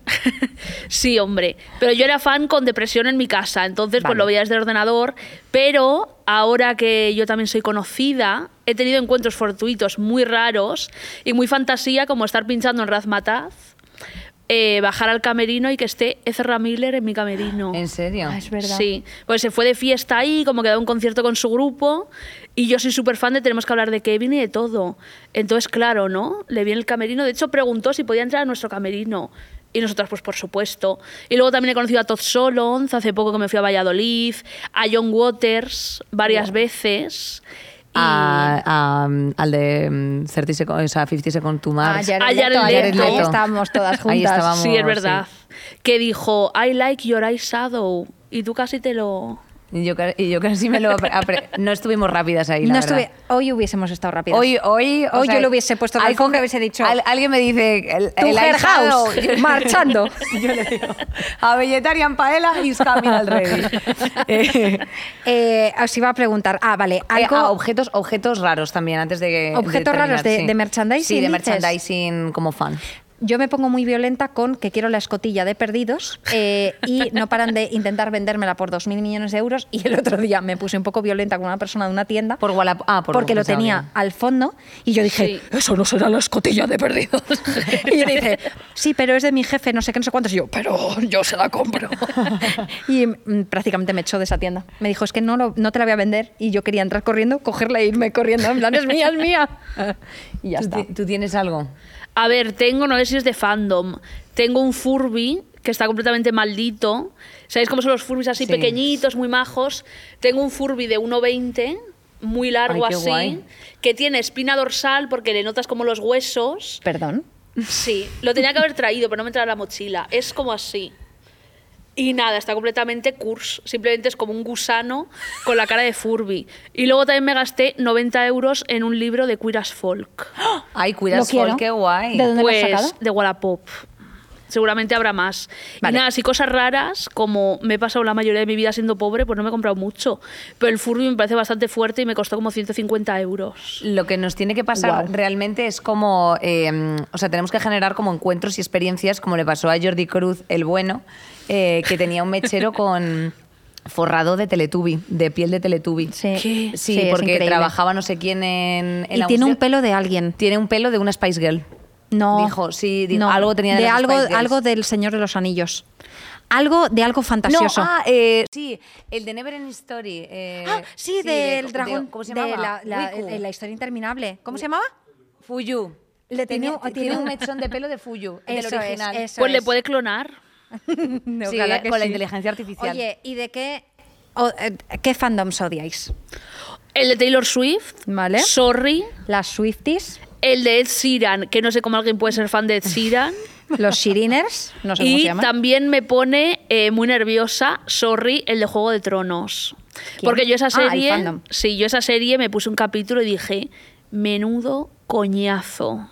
Speaker 3: sí, hombre, pero yo era fan con depresión en mi casa, entonces pues
Speaker 2: Vale.
Speaker 3: lo veía desde el ordenador, pero ahora que yo también soy conocida, he tenido encuentros fortuitos muy raros y muy fantasía, como estar pinchando en Razmataz. eh, bajar al camerino y que esté Ezra Miller en mi camerino.
Speaker 2: ¿En serio?
Speaker 1: Ah, es verdad.
Speaker 3: Sí, pues se fue de fiesta ahí, como que da un concierto con su grupo. Y yo soy súper fan de Tenemos que hablar de Kevin y de todo. Entonces, claro, ¿no? Le vi en el camerino. De hecho, preguntó si podía entrar a nuestro camerino. Y nosotras, pues por supuesto. Y luego también he conocido a Todd Solondz hace poco que me fui a Valladolid, a John Waters varias veces. Y
Speaker 2: A- a, mm, al de mm, 30 Seconds, o sea, 50 Seconds to
Speaker 1: Ah,
Speaker 2: Mars.
Speaker 1: Jared
Speaker 3: A Jared
Speaker 1: Leto, ahí-
Speaker 3: Leto.
Speaker 1: Ahí estábamos todas juntas.
Speaker 2: Ahí estábamos.
Speaker 3: sí, es
Speaker 2: sí.
Speaker 3: verdad. Que dijo, I like your eyeshadow. Y tú casi te lo...
Speaker 2: Y yo, ca- y yo casi me lo... apre- apre- no estuvimos rápidas ahí, la
Speaker 1: No
Speaker 2: verdad.
Speaker 1: estuve, hoy hubiésemos estado rápidas.
Speaker 2: Hoy, hoy, o
Speaker 1: Hoy
Speaker 2: sea,
Speaker 1: yo le hubiese puesto
Speaker 2: hay
Speaker 1: razón
Speaker 2: con-
Speaker 1: que hubiese dicho,
Speaker 2: al- alguien me dice el,
Speaker 1: tu
Speaker 2: el
Speaker 1: hair
Speaker 2: eyeshadow.
Speaker 1: house,
Speaker 2: Yo-
Speaker 1: marchando.
Speaker 2: yo le digo a vegetarian paella is coming already. Eh,
Speaker 1: Eh, os iba a preguntar, ah, vale, algo.
Speaker 2: eh, ah, objetos, objetos raros también antes de que de
Speaker 1: Objetos raros de- de merchandising,
Speaker 2: Sí, de
Speaker 1: dices.
Speaker 2: merchandising como fan.
Speaker 1: Yo me pongo muy violenta con que quiero la escotilla de perdidos eh, y no paran de intentar vendérmela por 2.000 millones de euros. Y el otro día me puse un poco violenta con una persona de una tienda
Speaker 2: Por Wallap- ah, por-
Speaker 1: porque lo
Speaker 2: pensaba
Speaker 1: tenía
Speaker 2: bien.
Speaker 1: al fondo y yo dije,
Speaker 3: Sí.
Speaker 1: eso no será la escotilla de perdidos. y yo le dije, sí, pero es de mi jefe, no sé qué, no sé cuántos. Y yo, pero yo se la compro. y mm, prácticamente me echó de esa tienda. Me dijo, es que no, lo- no te la voy a vender. Y yo quería entrar corriendo, cogerla e irme corriendo. En plan, es mía, es mía. y ya
Speaker 2: ¿Tú,
Speaker 1: está.
Speaker 2: ti- tú tienes algo?
Speaker 3: A ver, tengo, no sé si es de fandom, tengo un Furby que está completamente maldito. ¿Sabéis cómo son los Furbis así
Speaker 2: Sí.
Speaker 3: pequeñitos, muy majos? Tengo un Furby de 1,20, muy largo
Speaker 2: Ay, qué
Speaker 3: así,
Speaker 2: guay.
Speaker 3: que tiene espina dorsal porque le notas como los huesos.
Speaker 1: Perdón.
Speaker 3: Sí, lo tenía que haber traído, pero no me trae la mochila. Es como así. Y nada, está completamente curse. Simplemente es como un gusano con la cara de Furby. Y luego también me gasté 90 euros en un libro de Queer as Folk.
Speaker 2: Ay,
Speaker 1: Lo
Speaker 2: cuidas Sol,
Speaker 1: quiero.
Speaker 2: qué guay.
Speaker 1: ¿De dónde lo has
Speaker 3: pues,
Speaker 1: sacado?
Speaker 3: De Wallapop. Seguramente habrá más.
Speaker 1: Vale.
Speaker 3: Y nada, así cosas raras, como me he pasado la mayoría de mi vida siendo pobre, pues no me he comprado mucho. Pero el Furby me parece bastante fuerte y me costó como 150 euros.
Speaker 2: Lo que nos tiene que pasar
Speaker 1: Guau.
Speaker 2: realmente es como, eh, o sea, tenemos que generar como encuentros y experiencias, como le pasó a Jordi Cruz, el bueno, eh, que tenía un mechero con forrado de teletubi, de piel de teletubi.
Speaker 1: Sí.
Speaker 2: Sí,
Speaker 3: ¿Qué?
Speaker 1: Sí, es
Speaker 2: porque
Speaker 1: increíble.
Speaker 2: trabajaba no sé quién en, en
Speaker 1: Y
Speaker 2: la
Speaker 1: tiene un
Speaker 2: industria.
Speaker 1: pelo de alguien.
Speaker 2: Tiene un pelo de una Spice Girl.
Speaker 1: No.
Speaker 2: Dijo, sí, dijo,
Speaker 1: no,
Speaker 2: algo tenía de,
Speaker 1: de,
Speaker 2: las
Speaker 1: algo,
Speaker 2: Spice Girls.
Speaker 1: algo del Señor de los Anillos. Algo de algo fantasioso.
Speaker 2: No, ah, eh, sí, el de Never Ending Story. eh,
Speaker 1: Ah, sí,
Speaker 2: de-
Speaker 1: del
Speaker 2: de-
Speaker 1: dragón.
Speaker 2: ¿Cómo se
Speaker 1: de
Speaker 2: llamaba?
Speaker 1: la, la-
Speaker 2: Wiku.
Speaker 1: el- la historia interminable. ¿Cómo se llamaba?
Speaker 2: Fuyu.
Speaker 1: Le tiene-
Speaker 2: Tenía-
Speaker 1: tiene
Speaker 2: tiene
Speaker 1: un-
Speaker 2: un mechón de pelo de Fuyu, del
Speaker 1: Eso es,
Speaker 2: original.
Speaker 1: eso
Speaker 3: Pues le
Speaker 1: es.
Speaker 3: puede clonar.
Speaker 1: No,
Speaker 2: Sí,
Speaker 1: ojalá
Speaker 2: eh,
Speaker 1: que
Speaker 2: con la
Speaker 1: sí.
Speaker 2: inteligencia artificial.
Speaker 1: Oye, ¿y de qué, o- eh, qué fandoms odiáis?
Speaker 3: El de Taylor Swift.
Speaker 1: Vale.
Speaker 3: Sorry.
Speaker 1: Las Swifties,
Speaker 3: El de Ed Sheeran, que no sé cómo alguien puede ser fan de Ed Sheeran.
Speaker 1: los Shiriners, no sé cómo se
Speaker 3: y
Speaker 1: llama.
Speaker 3: también me pone eh, muy nerviosa, sorry, el de Juego de Tronos. Porque yo
Speaker 1: Ah,
Speaker 3: esa
Speaker 1: el
Speaker 3: serie.
Speaker 1: fandom.
Speaker 3: sí, yo esa serie me puse un capítulo y dije, menudo coñazo.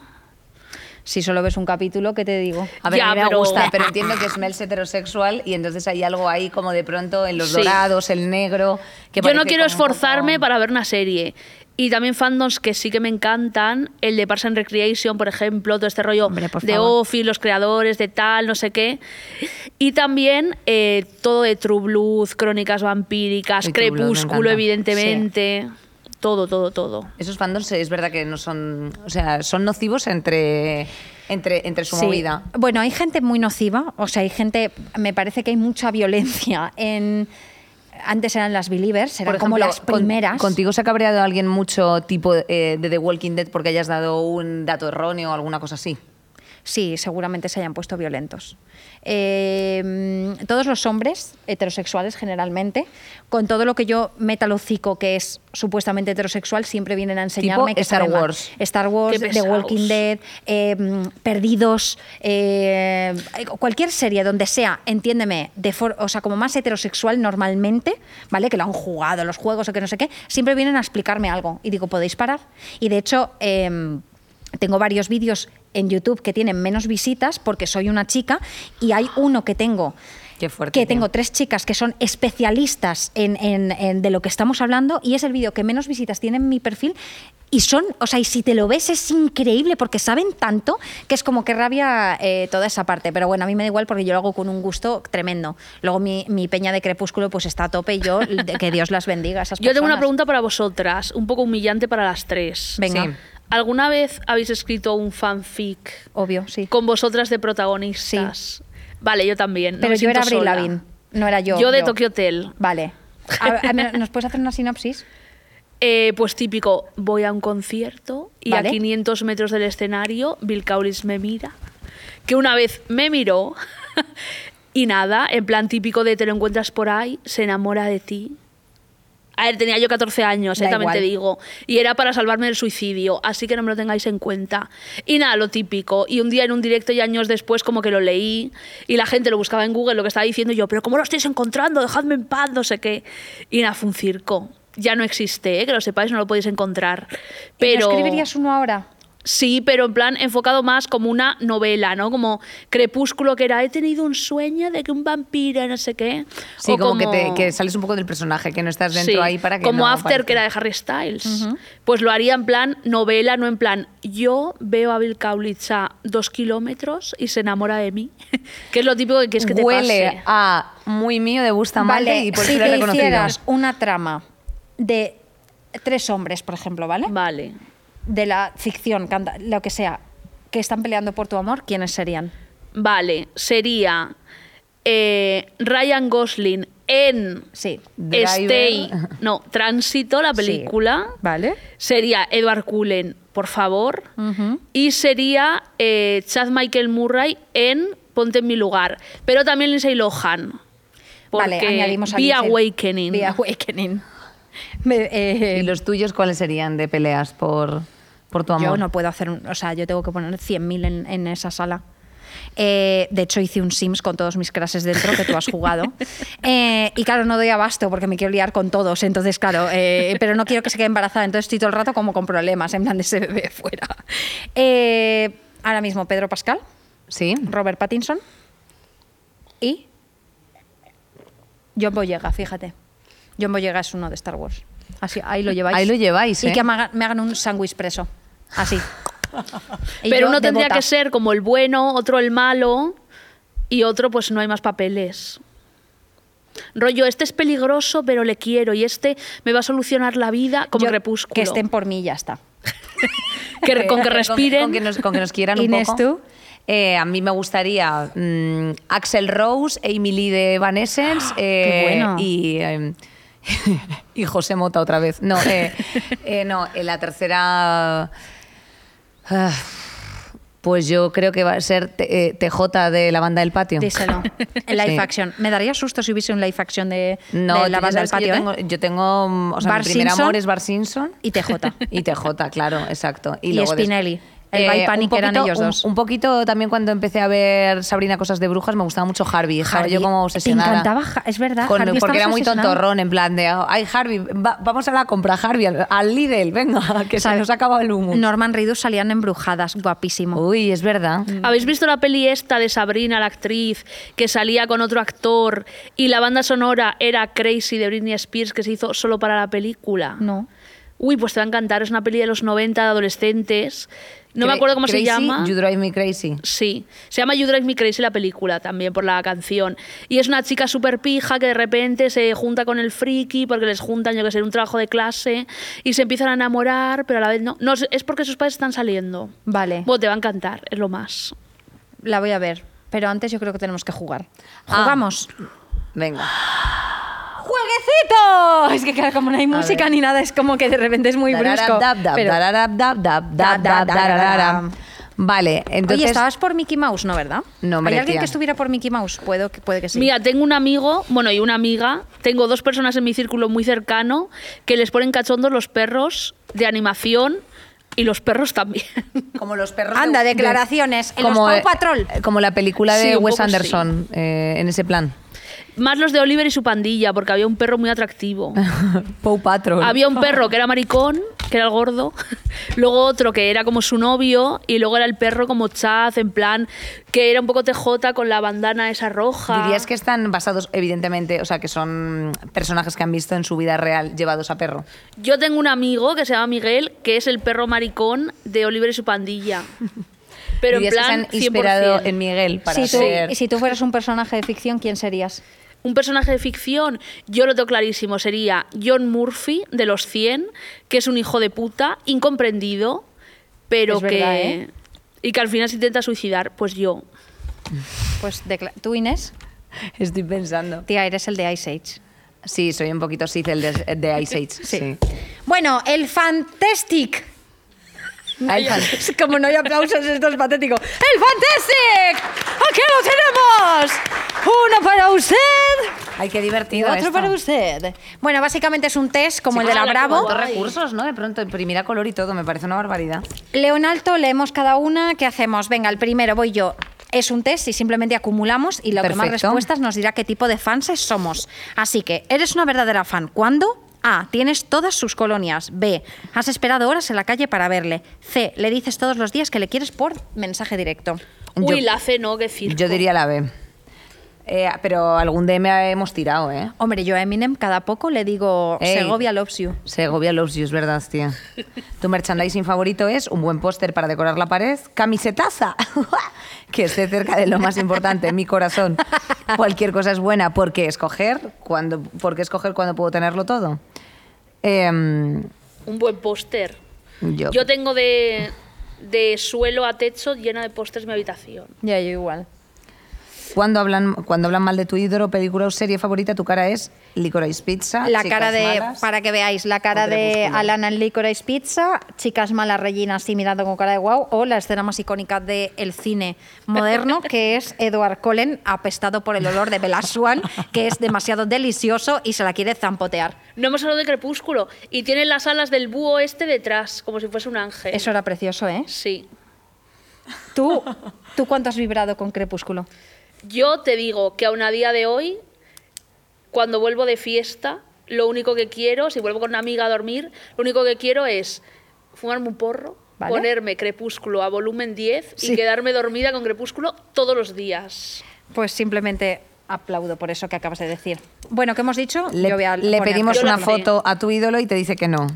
Speaker 1: Si solo ves un capítulo, ¿qué te digo?
Speaker 2: A ver,
Speaker 3: Ya,
Speaker 2: a mí me
Speaker 3: pero-
Speaker 2: gusta, pero entiendo que Smell es heterosexual y entonces hay algo ahí como de pronto en los
Speaker 3: Sí.
Speaker 2: dorados, el negro. Que
Speaker 3: Yo no
Speaker 2: parece como
Speaker 3: quiero
Speaker 2: un poco-
Speaker 3: esforzarme para ver una serie. Y también fandoms que sí que me encantan, el de Parks and Recreation, por ejemplo, todo este rollo
Speaker 1: Hombre, por
Speaker 3: de
Speaker 1: favor.
Speaker 3: Office, los creadores, de tal, no sé qué. Y también eh, todo de True Blues, Crónicas Vampíricas,
Speaker 2: Y True Blood, me
Speaker 3: Crepúsculo,
Speaker 2: encanta.
Speaker 3: evidentemente. Todo, todo, todo.
Speaker 2: Esos fandoms es verdad que no son. O sea, son nocivos entre, entre, entre su
Speaker 1: Sí.
Speaker 2: movida.
Speaker 1: Bueno, hay gente muy nociva, o sea, hay gente, me parece que hay mucha violencia en... Antes eran las believers, eran
Speaker 2: Por
Speaker 1: como
Speaker 2: ejemplo,
Speaker 1: las
Speaker 2: con-
Speaker 1: primeras.
Speaker 2: ¿Contigo se ha cabreado alguien mucho tipo eh, de The Walking Dead porque hayas dado un dato erróneo o alguna cosa así?
Speaker 1: Sí, seguramente se hayan puesto violentos. Eh, mm, todos los hombres, heterosexuales generalmente, con todo lo que yo meta al hocico que es supuestamente heterosexual, siempre vienen a enseñarme
Speaker 2: Tipo
Speaker 1: que está
Speaker 2: Star
Speaker 1: de mal.
Speaker 2: Wars.
Speaker 1: Star Wars,
Speaker 3: Qué
Speaker 1: The Walking
Speaker 3: pesaos.
Speaker 1: Dead, eh, mm, Perdidos, eh, cualquier serie donde sea, entiéndeme, de for- o sea, como más heterosexual normalmente, ¿vale? Que lo han jugado, los juegos o que no sé qué, siempre vienen a explicarme algo. Y digo, ¿podéis parar? Y de hecho, em, tengo varios vídeos en YouTube que tienen menos visitas porque soy una chica y hay uno que tengo
Speaker 2: Qué fuerte,
Speaker 1: que
Speaker 2: tío.
Speaker 1: tengo tres chicas que son especialistas en, en- en- de lo que estamos hablando y es el vídeo que menos visitas tiene en mi perfil y son, o sea, y si te lo ves es increíble porque saben tanto que es como que rabia eh, toda esa parte. Pero bueno, a mí me da igual porque yo lo hago con un gusto tremendo. Luego mi, mi peña de crepúsculo pues está a tope y yo, de- que Dios las bendiga. a Esas
Speaker 3: Yo tengo una
Speaker 1: personas.
Speaker 3: pregunta para vosotras, un poco humillante para las tres.
Speaker 1: Venga,
Speaker 2: Sí.
Speaker 3: ¿Alguna vez habéis escrito un fanfic
Speaker 1: obvio, sí.
Speaker 3: con vosotras de protagonistas? Vale, yo también. no
Speaker 1: Pero
Speaker 3: me
Speaker 1: yo era
Speaker 3: siento
Speaker 1: Avril
Speaker 3: sola.
Speaker 1: Lavigne, no era yo.
Speaker 3: Yo de Tokyo Hotel.
Speaker 1: Vale. A- a- ¿Nos puedes hacer una sinopsis?
Speaker 3: Eh, pues típico, voy a un concierto y
Speaker 1: Vale.
Speaker 3: a 500 metros del escenario Bill Kaulis me mira, que una vez me miró y nada, en plan típico de te lo encuentras por ahí, se enamora de ti. A ver, tenía yo 14 años, eh,
Speaker 1: Da
Speaker 3: también te
Speaker 1: igual.
Speaker 3: digo, y era para salvarme del suicidio, así que no me lo tengáis en cuenta. Y nada, lo típico, y un día en un directo y años después como que lo leí y la gente lo buscaba en Google, lo que estaba diciendo y yo, pero ¿cómo lo estáis encontrando? Dejadme en paz, no sé qué. Y nada, fue un circo. Ya no existe, eh, que lo sepáis, no lo podéis encontrar.
Speaker 1: ¿Y no
Speaker 3: Pero...
Speaker 1: escribirías uno ahora?
Speaker 3: Sí, pero en plan enfocado más como una novela, ¿no? Como Crepúsculo, que era, he tenido un sueño de que un vampiro, no sé qué.
Speaker 2: Sí,
Speaker 3: O
Speaker 2: como, que, te- que sales un poco del personaje, que no estás dentro
Speaker 3: Sí,
Speaker 2: ahí para que.
Speaker 3: Como
Speaker 2: no
Speaker 3: After,
Speaker 2: aparezca.
Speaker 3: que era de Harry Styles. Pues lo haría en plan novela, no en plan, yo veo a Bill Kaulitz a dos kilómetros y se enamora de mí. que es lo típico que quieres que te
Speaker 2: Huele
Speaker 3: pase.
Speaker 2: a ¿eh? muy mío de Bustamante y por
Speaker 1: si
Speaker 2: eso lo he
Speaker 1: te
Speaker 2: reconocido.
Speaker 1: hicieras una trama de tres hombres, por ejemplo, ¿vale?
Speaker 3: Vale.
Speaker 1: De la ficción, canta- lo que sea, que están peleando por tu amor, ¿quiénes serían?
Speaker 3: Vale, sería eh, Ryan Gosling en
Speaker 1: Sí.
Speaker 2: Driver.
Speaker 3: Stay, no, Tránsito, la película.
Speaker 1: Sí. ¿Vale?
Speaker 3: Sería Edward Cullen, por favor.
Speaker 1: Ujú.
Speaker 3: Y sería eh, Chad Michael Murray en Ponte en mi lugar. Pero también Lindsay Lohan.
Speaker 1: Vale,
Speaker 3: porque
Speaker 1: añadimos a
Speaker 3: Be
Speaker 1: Lindsay-
Speaker 3: Awakening.
Speaker 1: Be Awakening. Me- eh,
Speaker 2: ¿Y los tuyos cuáles serían de peleas por, por tu amor?
Speaker 1: Yo no puedo hacer, un- o sea, yo tengo que poner 100.000 en, en esa sala. Eh, de hecho, hice un Sims con todos mis clases dentro que tú has jugado. Eh, y claro, no doy abasto porque me quiero liar con todos. Entonces, claro, eh, pero no quiero que se quede embarazada. Entonces, estoy todo el rato como con problemas, en plan de ese bebé fuera. Eh, ahora mismo, Pedro Pascal,
Speaker 2: Sí.
Speaker 1: Robert Pattinson y John Boyega, fíjate. John Boyega es uno de Star Wars. Así, ahí lo lleváis.
Speaker 2: Ahí lo lleváis,
Speaker 1: Y
Speaker 2: ¿eh?
Speaker 1: que me hagan, me hagan un sándwich preso. Así. Y
Speaker 3: Pero
Speaker 1: yo
Speaker 3: uno
Speaker 1: de
Speaker 3: tendría
Speaker 1: bota.
Speaker 3: que ser como el bueno, otro el malo y otro pues no hay más papeles. Rollo, este es peligroso pero le quiero y este me va a solucionar la vida como
Speaker 1: Yo-
Speaker 3: crepúsculo.
Speaker 1: Que este estén por mí y ya está.
Speaker 3: Que- con que respiren.
Speaker 2: Con, que, nos, con que nos quieran
Speaker 1: Inés,
Speaker 2: un poco.
Speaker 1: ¿tú?
Speaker 2: Eh, a mí me gustaría mm, Axel Rose, Amy Lee de Van Essence eh,
Speaker 1: bueno.
Speaker 2: y, eh, y José Mota otra vez. No, eh, eh, no en la tercera... ah, pues yo creo que va a ser T- eh, TJ de la banda del patio.
Speaker 1: Díselo. En live
Speaker 2: Sí.
Speaker 1: action. Me daría susto si hubiese un live action de,
Speaker 2: No,
Speaker 1: de la
Speaker 2: tú ya
Speaker 1: banda del
Speaker 2: sabes que
Speaker 1: patio.
Speaker 2: Yo
Speaker 1: ¿eh?
Speaker 2: tengo, yo tengo, mm, o sea,
Speaker 1: Bart
Speaker 2: mi primer
Speaker 1: Simpson.
Speaker 2: amor es Bar Simpson.
Speaker 1: Y TJ.
Speaker 2: Y TJ, claro, exacto.
Speaker 1: Y
Speaker 2: luego des-
Speaker 1: Spinelli. El
Speaker 2: Eh,
Speaker 1: Bad Bunny
Speaker 2: un
Speaker 1: que eran
Speaker 2: poquito-
Speaker 1: ellos
Speaker 2: un-
Speaker 1: dos.
Speaker 2: Un, poquito también cuando empecé a ver Sabrina Cosas de Brujas, me gustaba mucho Harvey. Estaba
Speaker 1: Harvey,
Speaker 2: yo como
Speaker 1: te
Speaker 2: obsesionada.
Speaker 1: encantaba Ja- es verdad,
Speaker 2: Con-
Speaker 1: Harvey, estamos
Speaker 2: porque era muy
Speaker 1: obsesionados.
Speaker 2: tontorrón, en plan de, ay, Harvey, va- vamos a la compra, Harvey, al, al Lidl, venga, que se
Speaker 1: ¿Sabes?
Speaker 2: nos acaba el humo.
Speaker 1: Norman Reedus salían embrujadas, guapísimo.
Speaker 2: Uy, es verdad.
Speaker 3: ¿Habéis visto la peli esta de Sabrina, la actriz, que salía con otro actor y la banda sonora era Crazy de Britney Spears que se hizo solo para la película?
Speaker 1: No.
Speaker 3: Uy, pues te va a encantar. Es una peli de los 90 de adolescentes. No me
Speaker 2: Cra-
Speaker 3: acuerdo cómo
Speaker 2: Crazy,
Speaker 3: se llama.
Speaker 2: You Drive Me Crazy.
Speaker 3: Sí, se llama You Drive Me Crazy la película también por la canción. Y es una chica súper pija que de repente se junta con el friki porque les juntan, yo que sé, un trabajo de clase y se empiezan a enamorar, pero a la vez no. No, es- es porque sus padres están saliendo.
Speaker 2: Eh.
Speaker 1: Vale,
Speaker 3: Bueno, te va a encantar, es lo más.
Speaker 1: la voy a ver. Pero antes yo creo que tenemos que jugar. ¿Jugamos?
Speaker 2: Venga.
Speaker 1: ¡Jueguecito! Es que claro, como no hay música ni nada, es como que de repente es muy brusco.
Speaker 2: Dararab, dab,
Speaker 1: pero-
Speaker 2: dararab, dab, dab,
Speaker 1: Da,
Speaker 2: dab,
Speaker 1: da,
Speaker 2: dab,
Speaker 1: da,
Speaker 2: dararara.
Speaker 1: da, da.
Speaker 2: Vale, entonces...
Speaker 1: Oye, estabas por Mickey Mouse, ¿no, verdad?
Speaker 2: No, hombre,
Speaker 1: ¿Hay alguien
Speaker 2: tía.
Speaker 1: que estuviera por Mickey Mouse? Puedo, que- puede que sí.
Speaker 3: Mira, tengo un amigo, bueno, y una amiga, tengo dos personas en mi círculo muy cercano que les ponen cachondos los perros de animación y los perros también.
Speaker 2: Como los perros.
Speaker 1: Anda, declaraciones. En los Paw Patrol.
Speaker 2: Como la película de
Speaker 3: Sí, un
Speaker 2: Wes
Speaker 3: poco
Speaker 2: Anderson, eh, en ese plan.
Speaker 3: Más los de Oliver y su pandilla, porque había un perro muy atractivo.
Speaker 2: Paw Patrol.
Speaker 3: Había un perro que era maricón, que era el gordo, luego otro que era como su novio y luego era el perro como Chaz, en plan, que era un poco tejota con la bandana esa roja.
Speaker 2: Dirías que están basados, evidentemente, o sea, que son personajes que han visto en su vida real llevados a perro.
Speaker 3: Yo tengo un amigo que se llama Miguel, que es el perro maricón de Oliver y su pandilla. Pero en
Speaker 2: Dirías
Speaker 3: plan,
Speaker 2: que se han inspirado
Speaker 3: 100%.
Speaker 2: en Miguel para
Speaker 1: si, tú,
Speaker 2: hacer-
Speaker 1: si tú fueras un personaje de ficción, ¿quién serías?
Speaker 3: Un personaje de ficción, yo lo tengo clarísimo, sería John Murphy de los 100, que es un hijo de puta, incomprendido, pero
Speaker 1: Es
Speaker 3: que...
Speaker 1: verdad, ¿eh?
Speaker 3: Y que al final se intenta suicidar, pues yo.
Speaker 1: Pues decla- tú, Inés,
Speaker 2: Estoy pensando.
Speaker 1: tía, eres el de Ice Age.
Speaker 2: Sí, soy un poquito Sith el de, de Ice Age.
Speaker 1: Sí.
Speaker 2: Sí.
Speaker 1: Bueno, el Fantastic.
Speaker 2: Ay, fan-
Speaker 1: Como no hay aplausos, esto es patético. ¡El Fantastic! ¡Aquí lo tenemos! Uno para usted
Speaker 2: Ay, qué
Speaker 1: y
Speaker 2: divertido.
Speaker 1: otro
Speaker 2: esto.
Speaker 1: para usted. Bueno, básicamente es un test como el de la
Speaker 3: Ala, qué
Speaker 1: Bravo.
Speaker 2: Cuántos recursos, ¿no? De pronto imprimir a color y todo, me parece una barbaridad.
Speaker 1: León alto, leemos cada una. ¿Qué hacemos? Venga, el primero voy yo. Es un test y simplemente acumulamos y la que más
Speaker 2: Perfecto.
Speaker 1: respuestas nos dirá qué tipo de fans somos. Así que, ¿eres una verdadera fan? ¿Cuándo? A. Tienes todas sus colonias. B. Has esperado horas en la calle para verle. C. Le dices todos los días que le quieres por mensaje directo.
Speaker 3: Uy,
Speaker 2: Yo-
Speaker 3: la C no, qué circo.
Speaker 2: Yo diría la B. Eh, pero algún DM hemos tirado, ¿eh?
Speaker 1: Hombre, yo a Eminem cada poco le digo
Speaker 2: Ey.
Speaker 1: Segovia loves you.
Speaker 2: Segovia loves you, es verdad, tía. Tu merchandising favorito es un buen póster para decorar la pared, camisetaza, que esté cerca de lo más importante, mi corazón. Cualquier cosa es buena, ¿por qué escoger? Cuando, ¿Por qué escoger cuando puedo tenerlo todo? Em,
Speaker 3: Un buen póster.
Speaker 2: yo,
Speaker 3: Yo tengo de, de suelo a techo llena de pósters mi habitación.
Speaker 1: Ya, yo igual.
Speaker 2: Cuando hablan, cuando hablan mal de tu ídolo, película o serie favorita, tu cara es Licorice Pizza.
Speaker 1: La
Speaker 2: Chicas
Speaker 1: cara de,
Speaker 2: Malas.
Speaker 1: para que veáis, la cara
Speaker 2: o
Speaker 1: de
Speaker 2: Crepúsculo.
Speaker 1: Alana en Licorice Pizza, chicas malas rellenas así mirando con cara de guau, o la escena más icónica del cine moderno, que es Edward Cullen apestado por el olor de Bella Swan, que es demasiado delicioso y se la quiere zampotear.
Speaker 3: No hemos hablado de Crepúsculo y tiene las alas del búho este detrás, como si fuese un ángel.
Speaker 1: Eso era precioso, ¿eh?
Speaker 3: Sí.
Speaker 1: ¿Tú, ¿tú cuánto has vibrado con Crepúsculo?
Speaker 3: Yo te digo que aún a día de hoy, cuando vuelvo de fiesta, lo único que quiero, si vuelvo con una amiga a dormir, lo único que quiero es fumarme un porro,
Speaker 1: Vale.
Speaker 3: ponerme crepúsculo a volumen 10
Speaker 1: Sí.
Speaker 3: y quedarme dormida con crepúsculo todos los días.
Speaker 1: Pues simplemente aplaudo por eso que acabas de decir. Bueno, ¿qué hemos dicho?
Speaker 2: Le,
Speaker 1: Yo voy a
Speaker 2: le
Speaker 1: poner
Speaker 2: pedimos
Speaker 3: Yo la
Speaker 2: una
Speaker 3: pondría.
Speaker 2: foto a tu ídolo y te dice que no.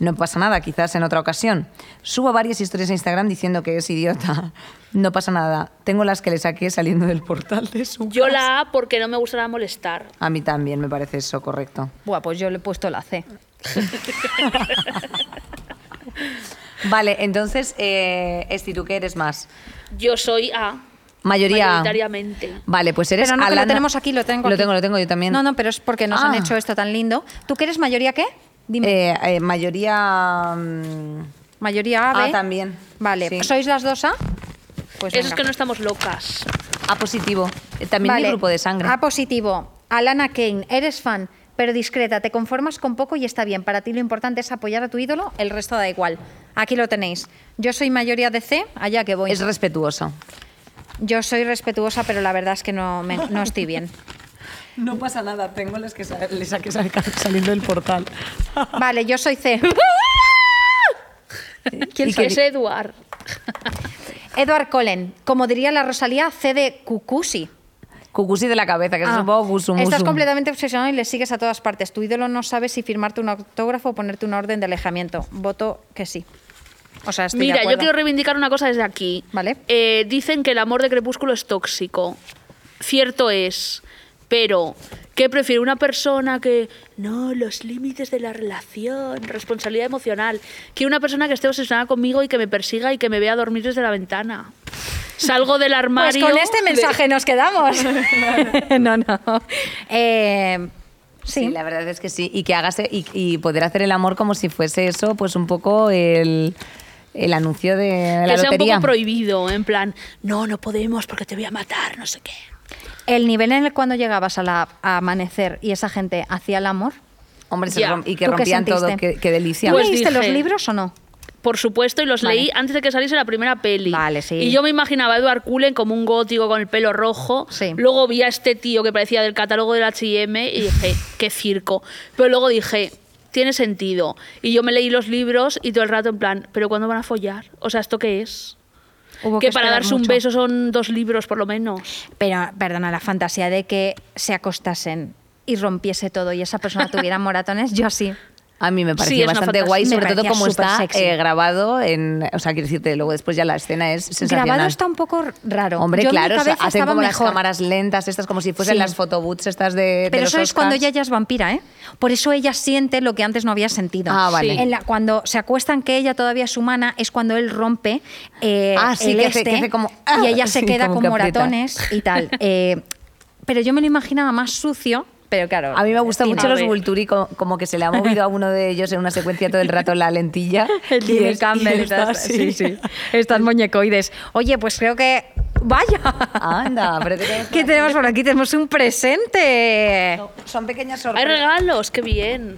Speaker 2: No pasa nada, quizás en otra ocasión. Subo varias historias a Instagram diciendo que es idiota. No pasa nada. Tengo las que le saqué saliendo del portal de su
Speaker 3: Yo
Speaker 2: casa.
Speaker 3: la A porque no me gustará molestar.
Speaker 2: A mí también me parece eso correcto.
Speaker 1: Buah, pues yo le he puesto la C.
Speaker 2: Vale, entonces, eh, Esti, ¿tú qué eres más?
Speaker 3: Yo soy A,
Speaker 2: Mayoría.
Speaker 3: mayoritariamente.
Speaker 2: Vale, pues eres
Speaker 1: Pero no, que lo
Speaker 2: Alana-
Speaker 1: tenemos aquí, lo tengo
Speaker 2: Lo
Speaker 1: aquí.
Speaker 2: tengo, lo tengo yo también.
Speaker 1: No, no, pero es porque nos han
Speaker 2: Ah.
Speaker 1: hecho esto tan lindo. ¿Tú que eres mayoría qué? Dime.
Speaker 2: Eh, eh, mayoría... mm,
Speaker 1: mayoría A,
Speaker 2: A
Speaker 1: B.
Speaker 2: también.
Speaker 1: Vale.
Speaker 2: Sí.
Speaker 1: ¿Sois las dos A? Pues
Speaker 3: Eso es
Speaker 1: venga.
Speaker 3: que no estamos locas.
Speaker 2: A positivo. Eh, También
Speaker 1: Vale.
Speaker 2: mi grupo de sangre.
Speaker 1: A positivo. Alana Kane, eres fan. pero discreta, te conformas con poco y está bien. Para ti lo importante es apoyar a tu ídolo, el resto da igual. Aquí lo tenéis. Yo soy mayoría de C, allá que voy.
Speaker 2: Es respetuoso.
Speaker 1: Yo soy respetuosa, pero la verdad es que no, me- no estoy bien.
Speaker 2: No pasa nada, tengo las que les saqué saliendo del portal.
Speaker 1: Vale, yo soy C.
Speaker 3: ¿Quién
Speaker 2: ¿Y qué
Speaker 3: es
Speaker 2: di-
Speaker 3: Eduard?
Speaker 1: Edward Cullen, como diría la Rosalía, C de Cucusi.
Speaker 2: Cucusi de la cabeza, que es
Speaker 1: Ah,
Speaker 2: un poco busumusu.
Speaker 1: Estás completamente obsesionado y le sigues a todas partes. Tu ídolo no sabe si firmarte un autógrafo o ponerte una orden de alejamiento. Voto que sí. O sea, estoy de
Speaker 3: Mira, yo
Speaker 1: acuerdo.
Speaker 3: quiero reivindicar una cosa desde aquí.
Speaker 1: Vale.
Speaker 3: Eh, dicen que el amor de Crepúsculo es tóxico. Cierto es, pero ¿qué prefiere una persona que no los límites de la relación, responsabilidad emocional? Que una persona que esté obsesionada conmigo y que me persiga y que me vea dormir desde la ventana. Salgo del
Speaker 1: Pues
Speaker 3: armario.
Speaker 1: con este
Speaker 3: de-
Speaker 1: mensaje nos quedamos. no, no. Eh, sí.
Speaker 2: Sí. la verdad es que sí. Y que hagas y, y poder hacer el amor como si fuese eso, pues un poco el, el anuncio de la
Speaker 3: que sea un
Speaker 2: lotería.
Speaker 3: poco prohibido, en plan, no, no podemos porque te voy a matar, no sé qué.
Speaker 1: El nivel en el cuando llegabas a, la, a amanecer y esa gente hacía el amor.
Speaker 2: Hombre, se
Speaker 3: Ya.
Speaker 2: rom- y que
Speaker 1: ¿tú qué
Speaker 2: rompían todo,
Speaker 1: sentiste?
Speaker 2: qué, qué delicia.
Speaker 1: ¿Tú
Speaker 3: Pues
Speaker 1: leíste los
Speaker 3: dije-
Speaker 1: libros o no?
Speaker 3: Por supuesto, y los
Speaker 1: Vale.
Speaker 3: leí antes de que saliese la primera peli.
Speaker 1: Vale, sí.
Speaker 3: Y yo me imaginaba a Edward Cullen como un gótico con el pelo rojo.
Speaker 1: Sí.
Speaker 3: Luego vi a este tío que parecía del catálogo del H&M y dije, qué circo. Pero luego dije, tiene sentido. Y yo me leí los libros y todo el rato en plan, ¿pero cuándo van a follar? O sea, ¿esto qué es?
Speaker 1: Hubo
Speaker 3: que,
Speaker 1: que
Speaker 3: para
Speaker 1: esperar
Speaker 3: darse un
Speaker 1: mucho.
Speaker 3: beso son dos libros por lo menos.
Speaker 1: Pero, perdona, la fantasía de que se acostasen y rompiese todo y esa persona tuviera moratones, yo sí.
Speaker 2: A mí me
Speaker 3: Sí,
Speaker 2: pareció
Speaker 3: es una
Speaker 2: bastante
Speaker 3: fantasía.
Speaker 2: guay,
Speaker 1: Me
Speaker 2: sobre todo
Speaker 1: parecía
Speaker 2: como
Speaker 1: súper
Speaker 2: está
Speaker 1: sexy.
Speaker 2: eh, grabado en... O sea, quiero decirte, luego después ya la escena es sensacional.
Speaker 1: Grabado está un poco raro.
Speaker 2: Hombre,
Speaker 1: Yo en mi
Speaker 2: claro, o sea,
Speaker 1: cabeza
Speaker 2: hacen
Speaker 1: estaba
Speaker 2: como
Speaker 1: mejor.
Speaker 2: las cámaras lentas estas, como si fuesen
Speaker 1: Sí.
Speaker 2: las photobooths estas de, de
Speaker 1: Pero
Speaker 2: los
Speaker 1: eso es cuando
Speaker 2: Oscars.
Speaker 1: ella ya es vampira, ¿eh? Por eso ella siente lo que antes no había sentido.
Speaker 2: Ah, vale.
Speaker 1: En la- cuando se acuestan que ella todavía es humana, es cuando él rompe eh,
Speaker 2: Ah, sí,
Speaker 1: el
Speaker 2: que hace-
Speaker 1: este
Speaker 2: que hace como- ah,
Speaker 1: y ella se
Speaker 2: Sí,
Speaker 1: queda
Speaker 2: como
Speaker 1: con
Speaker 2: que aprieta.
Speaker 1: moratones y tal. Eh, pero yo me lo imaginaba más sucio, pero claro.
Speaker 2: A mí me gustan
Speaker 1: tiene-
Speaker 2: mucho
Speaker 3: A
Speaker 2: los
Speaker 3: ver.
Speaker 2: Vulturi, co- como, que se le ha movido a uno de ellos en una secuencia todo el rato la lentilla.
Speaker 1: El
Speaker 2: Y
Speaker 1: Jimmy
Speaker 2: es- y
Speaker 1: Campbell y
Speaker 2: está
Speaker 1: todas-
Speaker 2: así.
Speaker 1: sí, sí. Estas muñecoides. Oye, pues creo que. ¡Vaya!
Speaker 2: Anda, pero ¿qué tenemos por
Speaker 1: ¿Qué tenemos por aquí? Tenemos un presente.
Speaker 2: Son pequeñas
Speaker 3: Hay
Speaker 2: sorpresas.
Speaker 3: regalos, qué bien.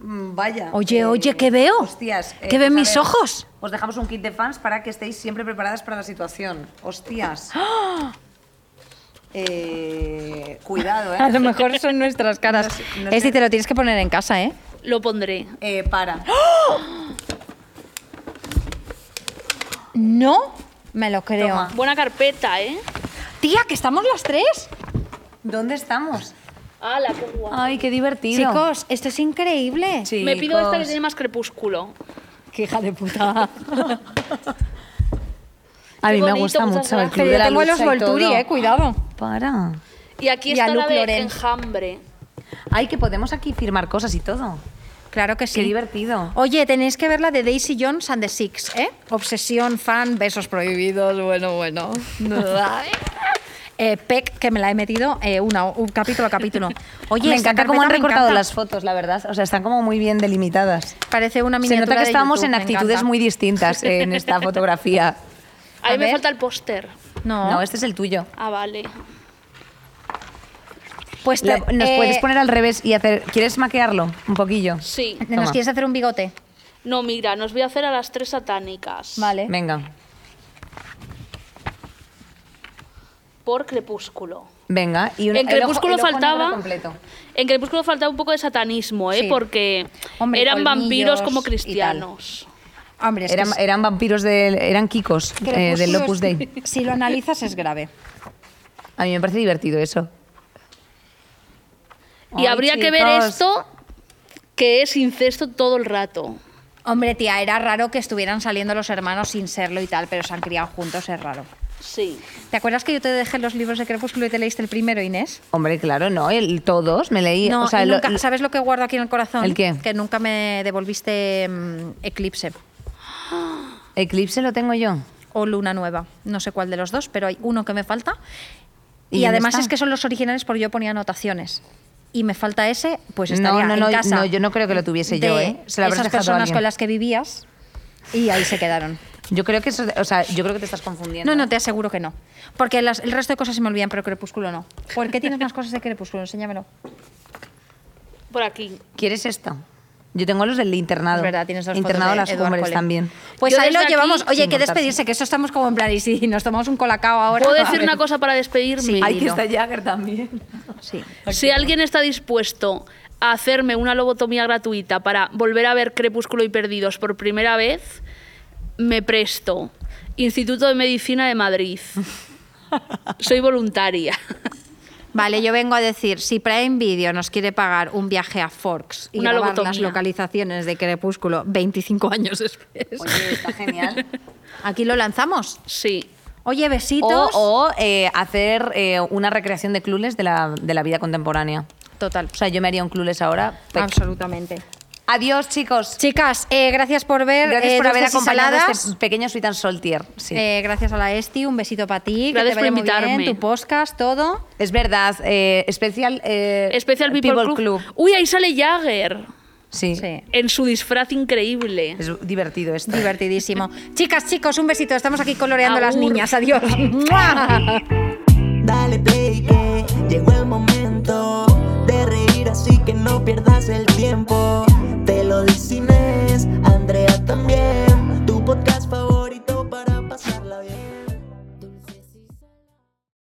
Speaker 2: Mm, Vaya.
Speaker 1: Oye, oye, ¿qué veo?
Speaker 2: Hostias. eh,
Speaker 1: ¿Qué ven
Speaker 2: a
Speaker 1: mis
Speaker 2: ver,
Speaker 1: ojos?
Speaker 2: Os dejamos un kit de fans para que estéis siempre preparadas para la situación. Hostias. ¡Ah! Eh, cuidado,
Speaker 1: A
Speaker 2: ¿eh?
Speaker 1: lo mejor son nuestras caras.
Speaker 2: No sé- no
Speaker 1: Esti,
Speaker 2: sé.
Speaker 1: te lo tienes que poner en casa, ¿eh?
Speaker 3: Lo pondré.
Speaker 2: Eh, para.
Speaker 1: No me lo creo.
Speaker 2: Toma.
Speaker 3: Buena carpeta, ¿eh?
Speaker 1: Tía, que estamos las tres.
Speaker 2: ¿Dónde estamos?
Speaker 3: ¡Hala, qué guay!
Speaker 2: Ay, qué divertido.
Speaker 1: Chicos, esto es increíble.
Speaker 3: Me pido esta que
Speaker 2: Chicos.
Speaker 3: tiene más crepúsculo.
Speaker 1: Qué hija de puta.
Speaker 2: A mí
Speaker 3: Qué
Speaker 2: me
Speaker 3: bonito,
Speaker 2: gusta
Speaker 3: muchas
Speaker 2: mucho el club
Speaker 3: gracias.
Speaker 1: Pero
Speaker 2: de
Speaker 1: yo
Speaker 2: la
Speaker 1: tengo los
Speaker 2: lucha y todo.
Speaker 1: Volturi, eh, cuidado.
Speaker 2: Para.
Speaker 3: Y aquí
Speaker 1: Y a
Speaker 3: está la
Speaker 1: Luke
Speaker 3: de
Speaker 1: Loren.
Speaker 3: enjambre.
Speaker 2: Ay, que podemos aquí firmar cosas y todo.
Speaker 1: Claro que
Speaker 2: Qué
Speaker 1: sí.
Speaker 2: divertido.
Speaker 1: Oye, tenéis que ver la de Daisy Jones and the Six, ¿eh? Obsesión, fan, besos prohibidos, bueno, bueno. Ay. Eh, Peck, que me la he metido eh, una, un capítulo a capítulo. Oye,
Speaker 2: me
Speaker 1: esta
Speaker 2: encanta cómo
Speaker 1: carpeta
Speaker 2: han
Speaker 1: me
Speaker 2: recortado
Speaker 1: encanta.
Speaker 2: las fotos, la verdad. O sea, están como muy bien delimitadas.
Speaker 1: Parece una
Speaker 2: Se
Speaker 1: miniatura
Speaker 2: nota que
Speaker 1: de
Speaker 2: estábamos
Speaker 1: YouTube,
Speaker 2: en
Speaker 1: me
Speaker 2: actitudes
Speaker 1: encanta.
Speaker 2: muy distintas en esta fotografía.
Speaker 3: A mí
Speaker 1: A
Speaker 3: me
Speaker 1: ver.
Speaker 3: falta el póster.
Speaker 1: No,
Speaker 2: No, este es el tuyo.
Speaker 3: Ah, vale.
Speaker 1: pues te-
Speaker 2: La- nos
Speaker 1: eh,
Speaker 2: puedes poner al revés y hacer. ¿Quieres maquearlo un poquillo?
Speaker 3: Sí.
Speaker 1: ¿Nos
Speaker 2: Toma.
Speaker 1: quieres hacer un bigote?
Speaker 3: No, mira, nos voy a hacer a las tres satánicas.
Speaker 1: Vale.
Speaker 2: Venga,
Speaker 3: Por crepúsculo.
Speaker 2: venga. Y un- el
Speaker 3: En
Speaker 2: ojo-
Speaker 3: Crepúsculo
Speaker 2: el ojo negro
Speaker 3: faltaba.
Speaker 2: completo.
Speaker 3: En Crepúsculo faltaba un poco de satanismo, ¿eh?
Speaker 1: Sí.
Speaker 3: Porque
Speaker 1: Hombre,
Speaker 3: eran vampiros
Speaker 1: colmillos
Speaker 3: como
Speaker 1: y tal.
Speaker 3: cristianos.
Speaker 1: Hombre, es que
Speaker 2: Eran,
Speaker 1: es-
Speaker 2: eran vampiros del. Eran kikos eh,
Speaker 1: Crepúsculo
Speaker 2: del
Speaker 1: es-
Speaker 2: Opus Dei.
Speaker 1: Si lo analizas es grave.
Speaker 2: A mí me parece divertido eso.
Speaker 3: Y
Speaker 2: Ay,
Speaker 3: habría que ver
Speaker 2: chicos.
Speaker 3: esto, que es incesto todo el rato.
Speaker 1: Hombre, tía, era raro que estuvieran saliendo los hermanos sin serlo y tal, pero se han criado juntos, es raro.
Speaker 3: Sí.
Speaker 1: ¿Te acuerdas que yo te dejé los libros de Crepúsculo y te leíste el primero, Inés?
Speaker 2: Hombre, claro, no. el- todos me leí.
Speaker 1: no,
Speaker 2: o sea,
Speaker 1: y
Speaker 2: lo-
Speaker 1: nunca- ¿sabes lo que guardo aquí en el corazón?
Speaker 2: ¿El qué?
Speaker 1: Que nunca me devolviste mm, Eclipse
Speaker 2: Eclipse lo tengo yo.
Speaker 1: o Luna Nueva. No sé cuál de los dos, pero hay uno que me falta.
Speaker 2: ¿Y
Speaker 1: Y,
Speaker 2: dónde
Speaker 1: además
Speaker 2: está?
Speaker 1: es que son los originales porque yo ponía anotaciones. Y me falta ese, pues
Speaker 2: No,
Speaker 1: estaría
Speaker 2: no, no,
Speaker 1: en casa.
Speaker 2: no, yo no creo que lo tuviese yo,
Speaker 1: de
Speaker 2: ¿eh? Se lo habrás
Speaker 1: esas
Speaker 2: dejado a
Speaker 1: personas
Speaker 2: alguien.
Speaker 1: con las que vivías y ahí se quedaron.
Speaker 2: Yo creo que eso, o sea, yo creo que te estás confundiendo.
Speaker 1: No, no, te aseguro que no. Porque las- el resto de cosas se me olvidan, pero Crepúsculo no. ¿Por qué tienes más cosas de Crepúsculo? Enséñamelo.
Speaker 3: Por aquí.
Speaker 2: ¿Quieres esta? Yo tengo los del internado.
Speaker 1: Es verdad, tienes las
Speaker 2: internado
Speaker 1: fotos de
Speaker 2: las
Speaker 1: Eduard
Speaker 2: cumbres
Speaker 1: Colet.
Speaker 2: también.
Speaker 1: Pues
Speaker 3: Yo
Speaker 1: ahí lo
Speaker 3: desde aquí-
Speaker 1: llevamos. Oye,
Speaker 2: Sin
Speaker 1: que
Speaker 2: montarse.
Speaker 1: despedirse, que eso estamos como en plan, y si nos tomamos un colacao ahora.
Speaker 3: ¿Puedo
Speaker 1: A
Speaker 3: decir
Speaker 1: ver.
Speaker 3: una cosa para despedirme?
Speaker 1: Sí.
Speaker 2: Ay, que
Speaker 1: Dilo.
Speaker 2: está Jagger también.
Speaker 1: Sí.
Speaker 3: Si alguien está dispuesto a hacerme una lobotomía gratuita para volver a ver Crepúsculo y Perdidos por primera vez, me presto. Instituto de Medicina de Madrid. Soy voluntaria.
Speaker 1: Vale, yo vengo a decir, si Prime Video nos quiere pagar un viaje a Forks y
Speaker 3: Una
Speaker 1: grabar
Speaker 3: lobotomía.
Speaker 1: las localizaciones de Crepúsculo 25 años después,
Speaker 2: Oye, está genial.
Speaker 1: aquí lo lanzamos.
Speaker 3: Sí.
Speaker 1: Oye,
Speaker 2: O,
Speaker 1: besitos.
Speaker 3: Oh,
Speaker 2: o, eh, hacer eh, una recreación de clules de la, de la vida contemporánea.
Speaker 1: Total,
Speaker 2: O sea, yo me haría un clules ahora. Pe-
Speaker 1: Ah, absolutamente.
Speaker 2: Adiós, chicos.
Speaker 1: Chicas, eh, gracias por ver.
Speaker 2: Gracias
Speaker 1: eh,
Speaker 2: por haber
Speaker 1: Dulces y
Speaker 2: acompañado
Speaker 1: Saladas.
Speaker 2: este pequeño Sweet and Saltier. Sí.
Speaker 1: Eh, gracias a la Esti, un besito para ti. que
Speaker 3: Gracias
Speaker 1: te vaya
Speaker 3: por
Speaker 1: muy bien,
Speaker 3: invitarme.
Speaker 1: tu podcast, todo.
Speaker 2: es verdad. eh, especial eh,
Speaker 3: Especial People, Club. Uy, ahí sale Jagger
Speaker 2: Sí.
Speaker 1: Sí.
Speaker 3: en su disfraz increíble.
Speaker 2: Es divertido esto.
Speaker 1: Divertidísimo. Chicas, chicos, un besito. Estamos aquí coloreando las
Speaker 3: Agur.
Speaker 1: niñas. Adiós. ¡Mua!
Speaker 4: Dale play que llegó el momento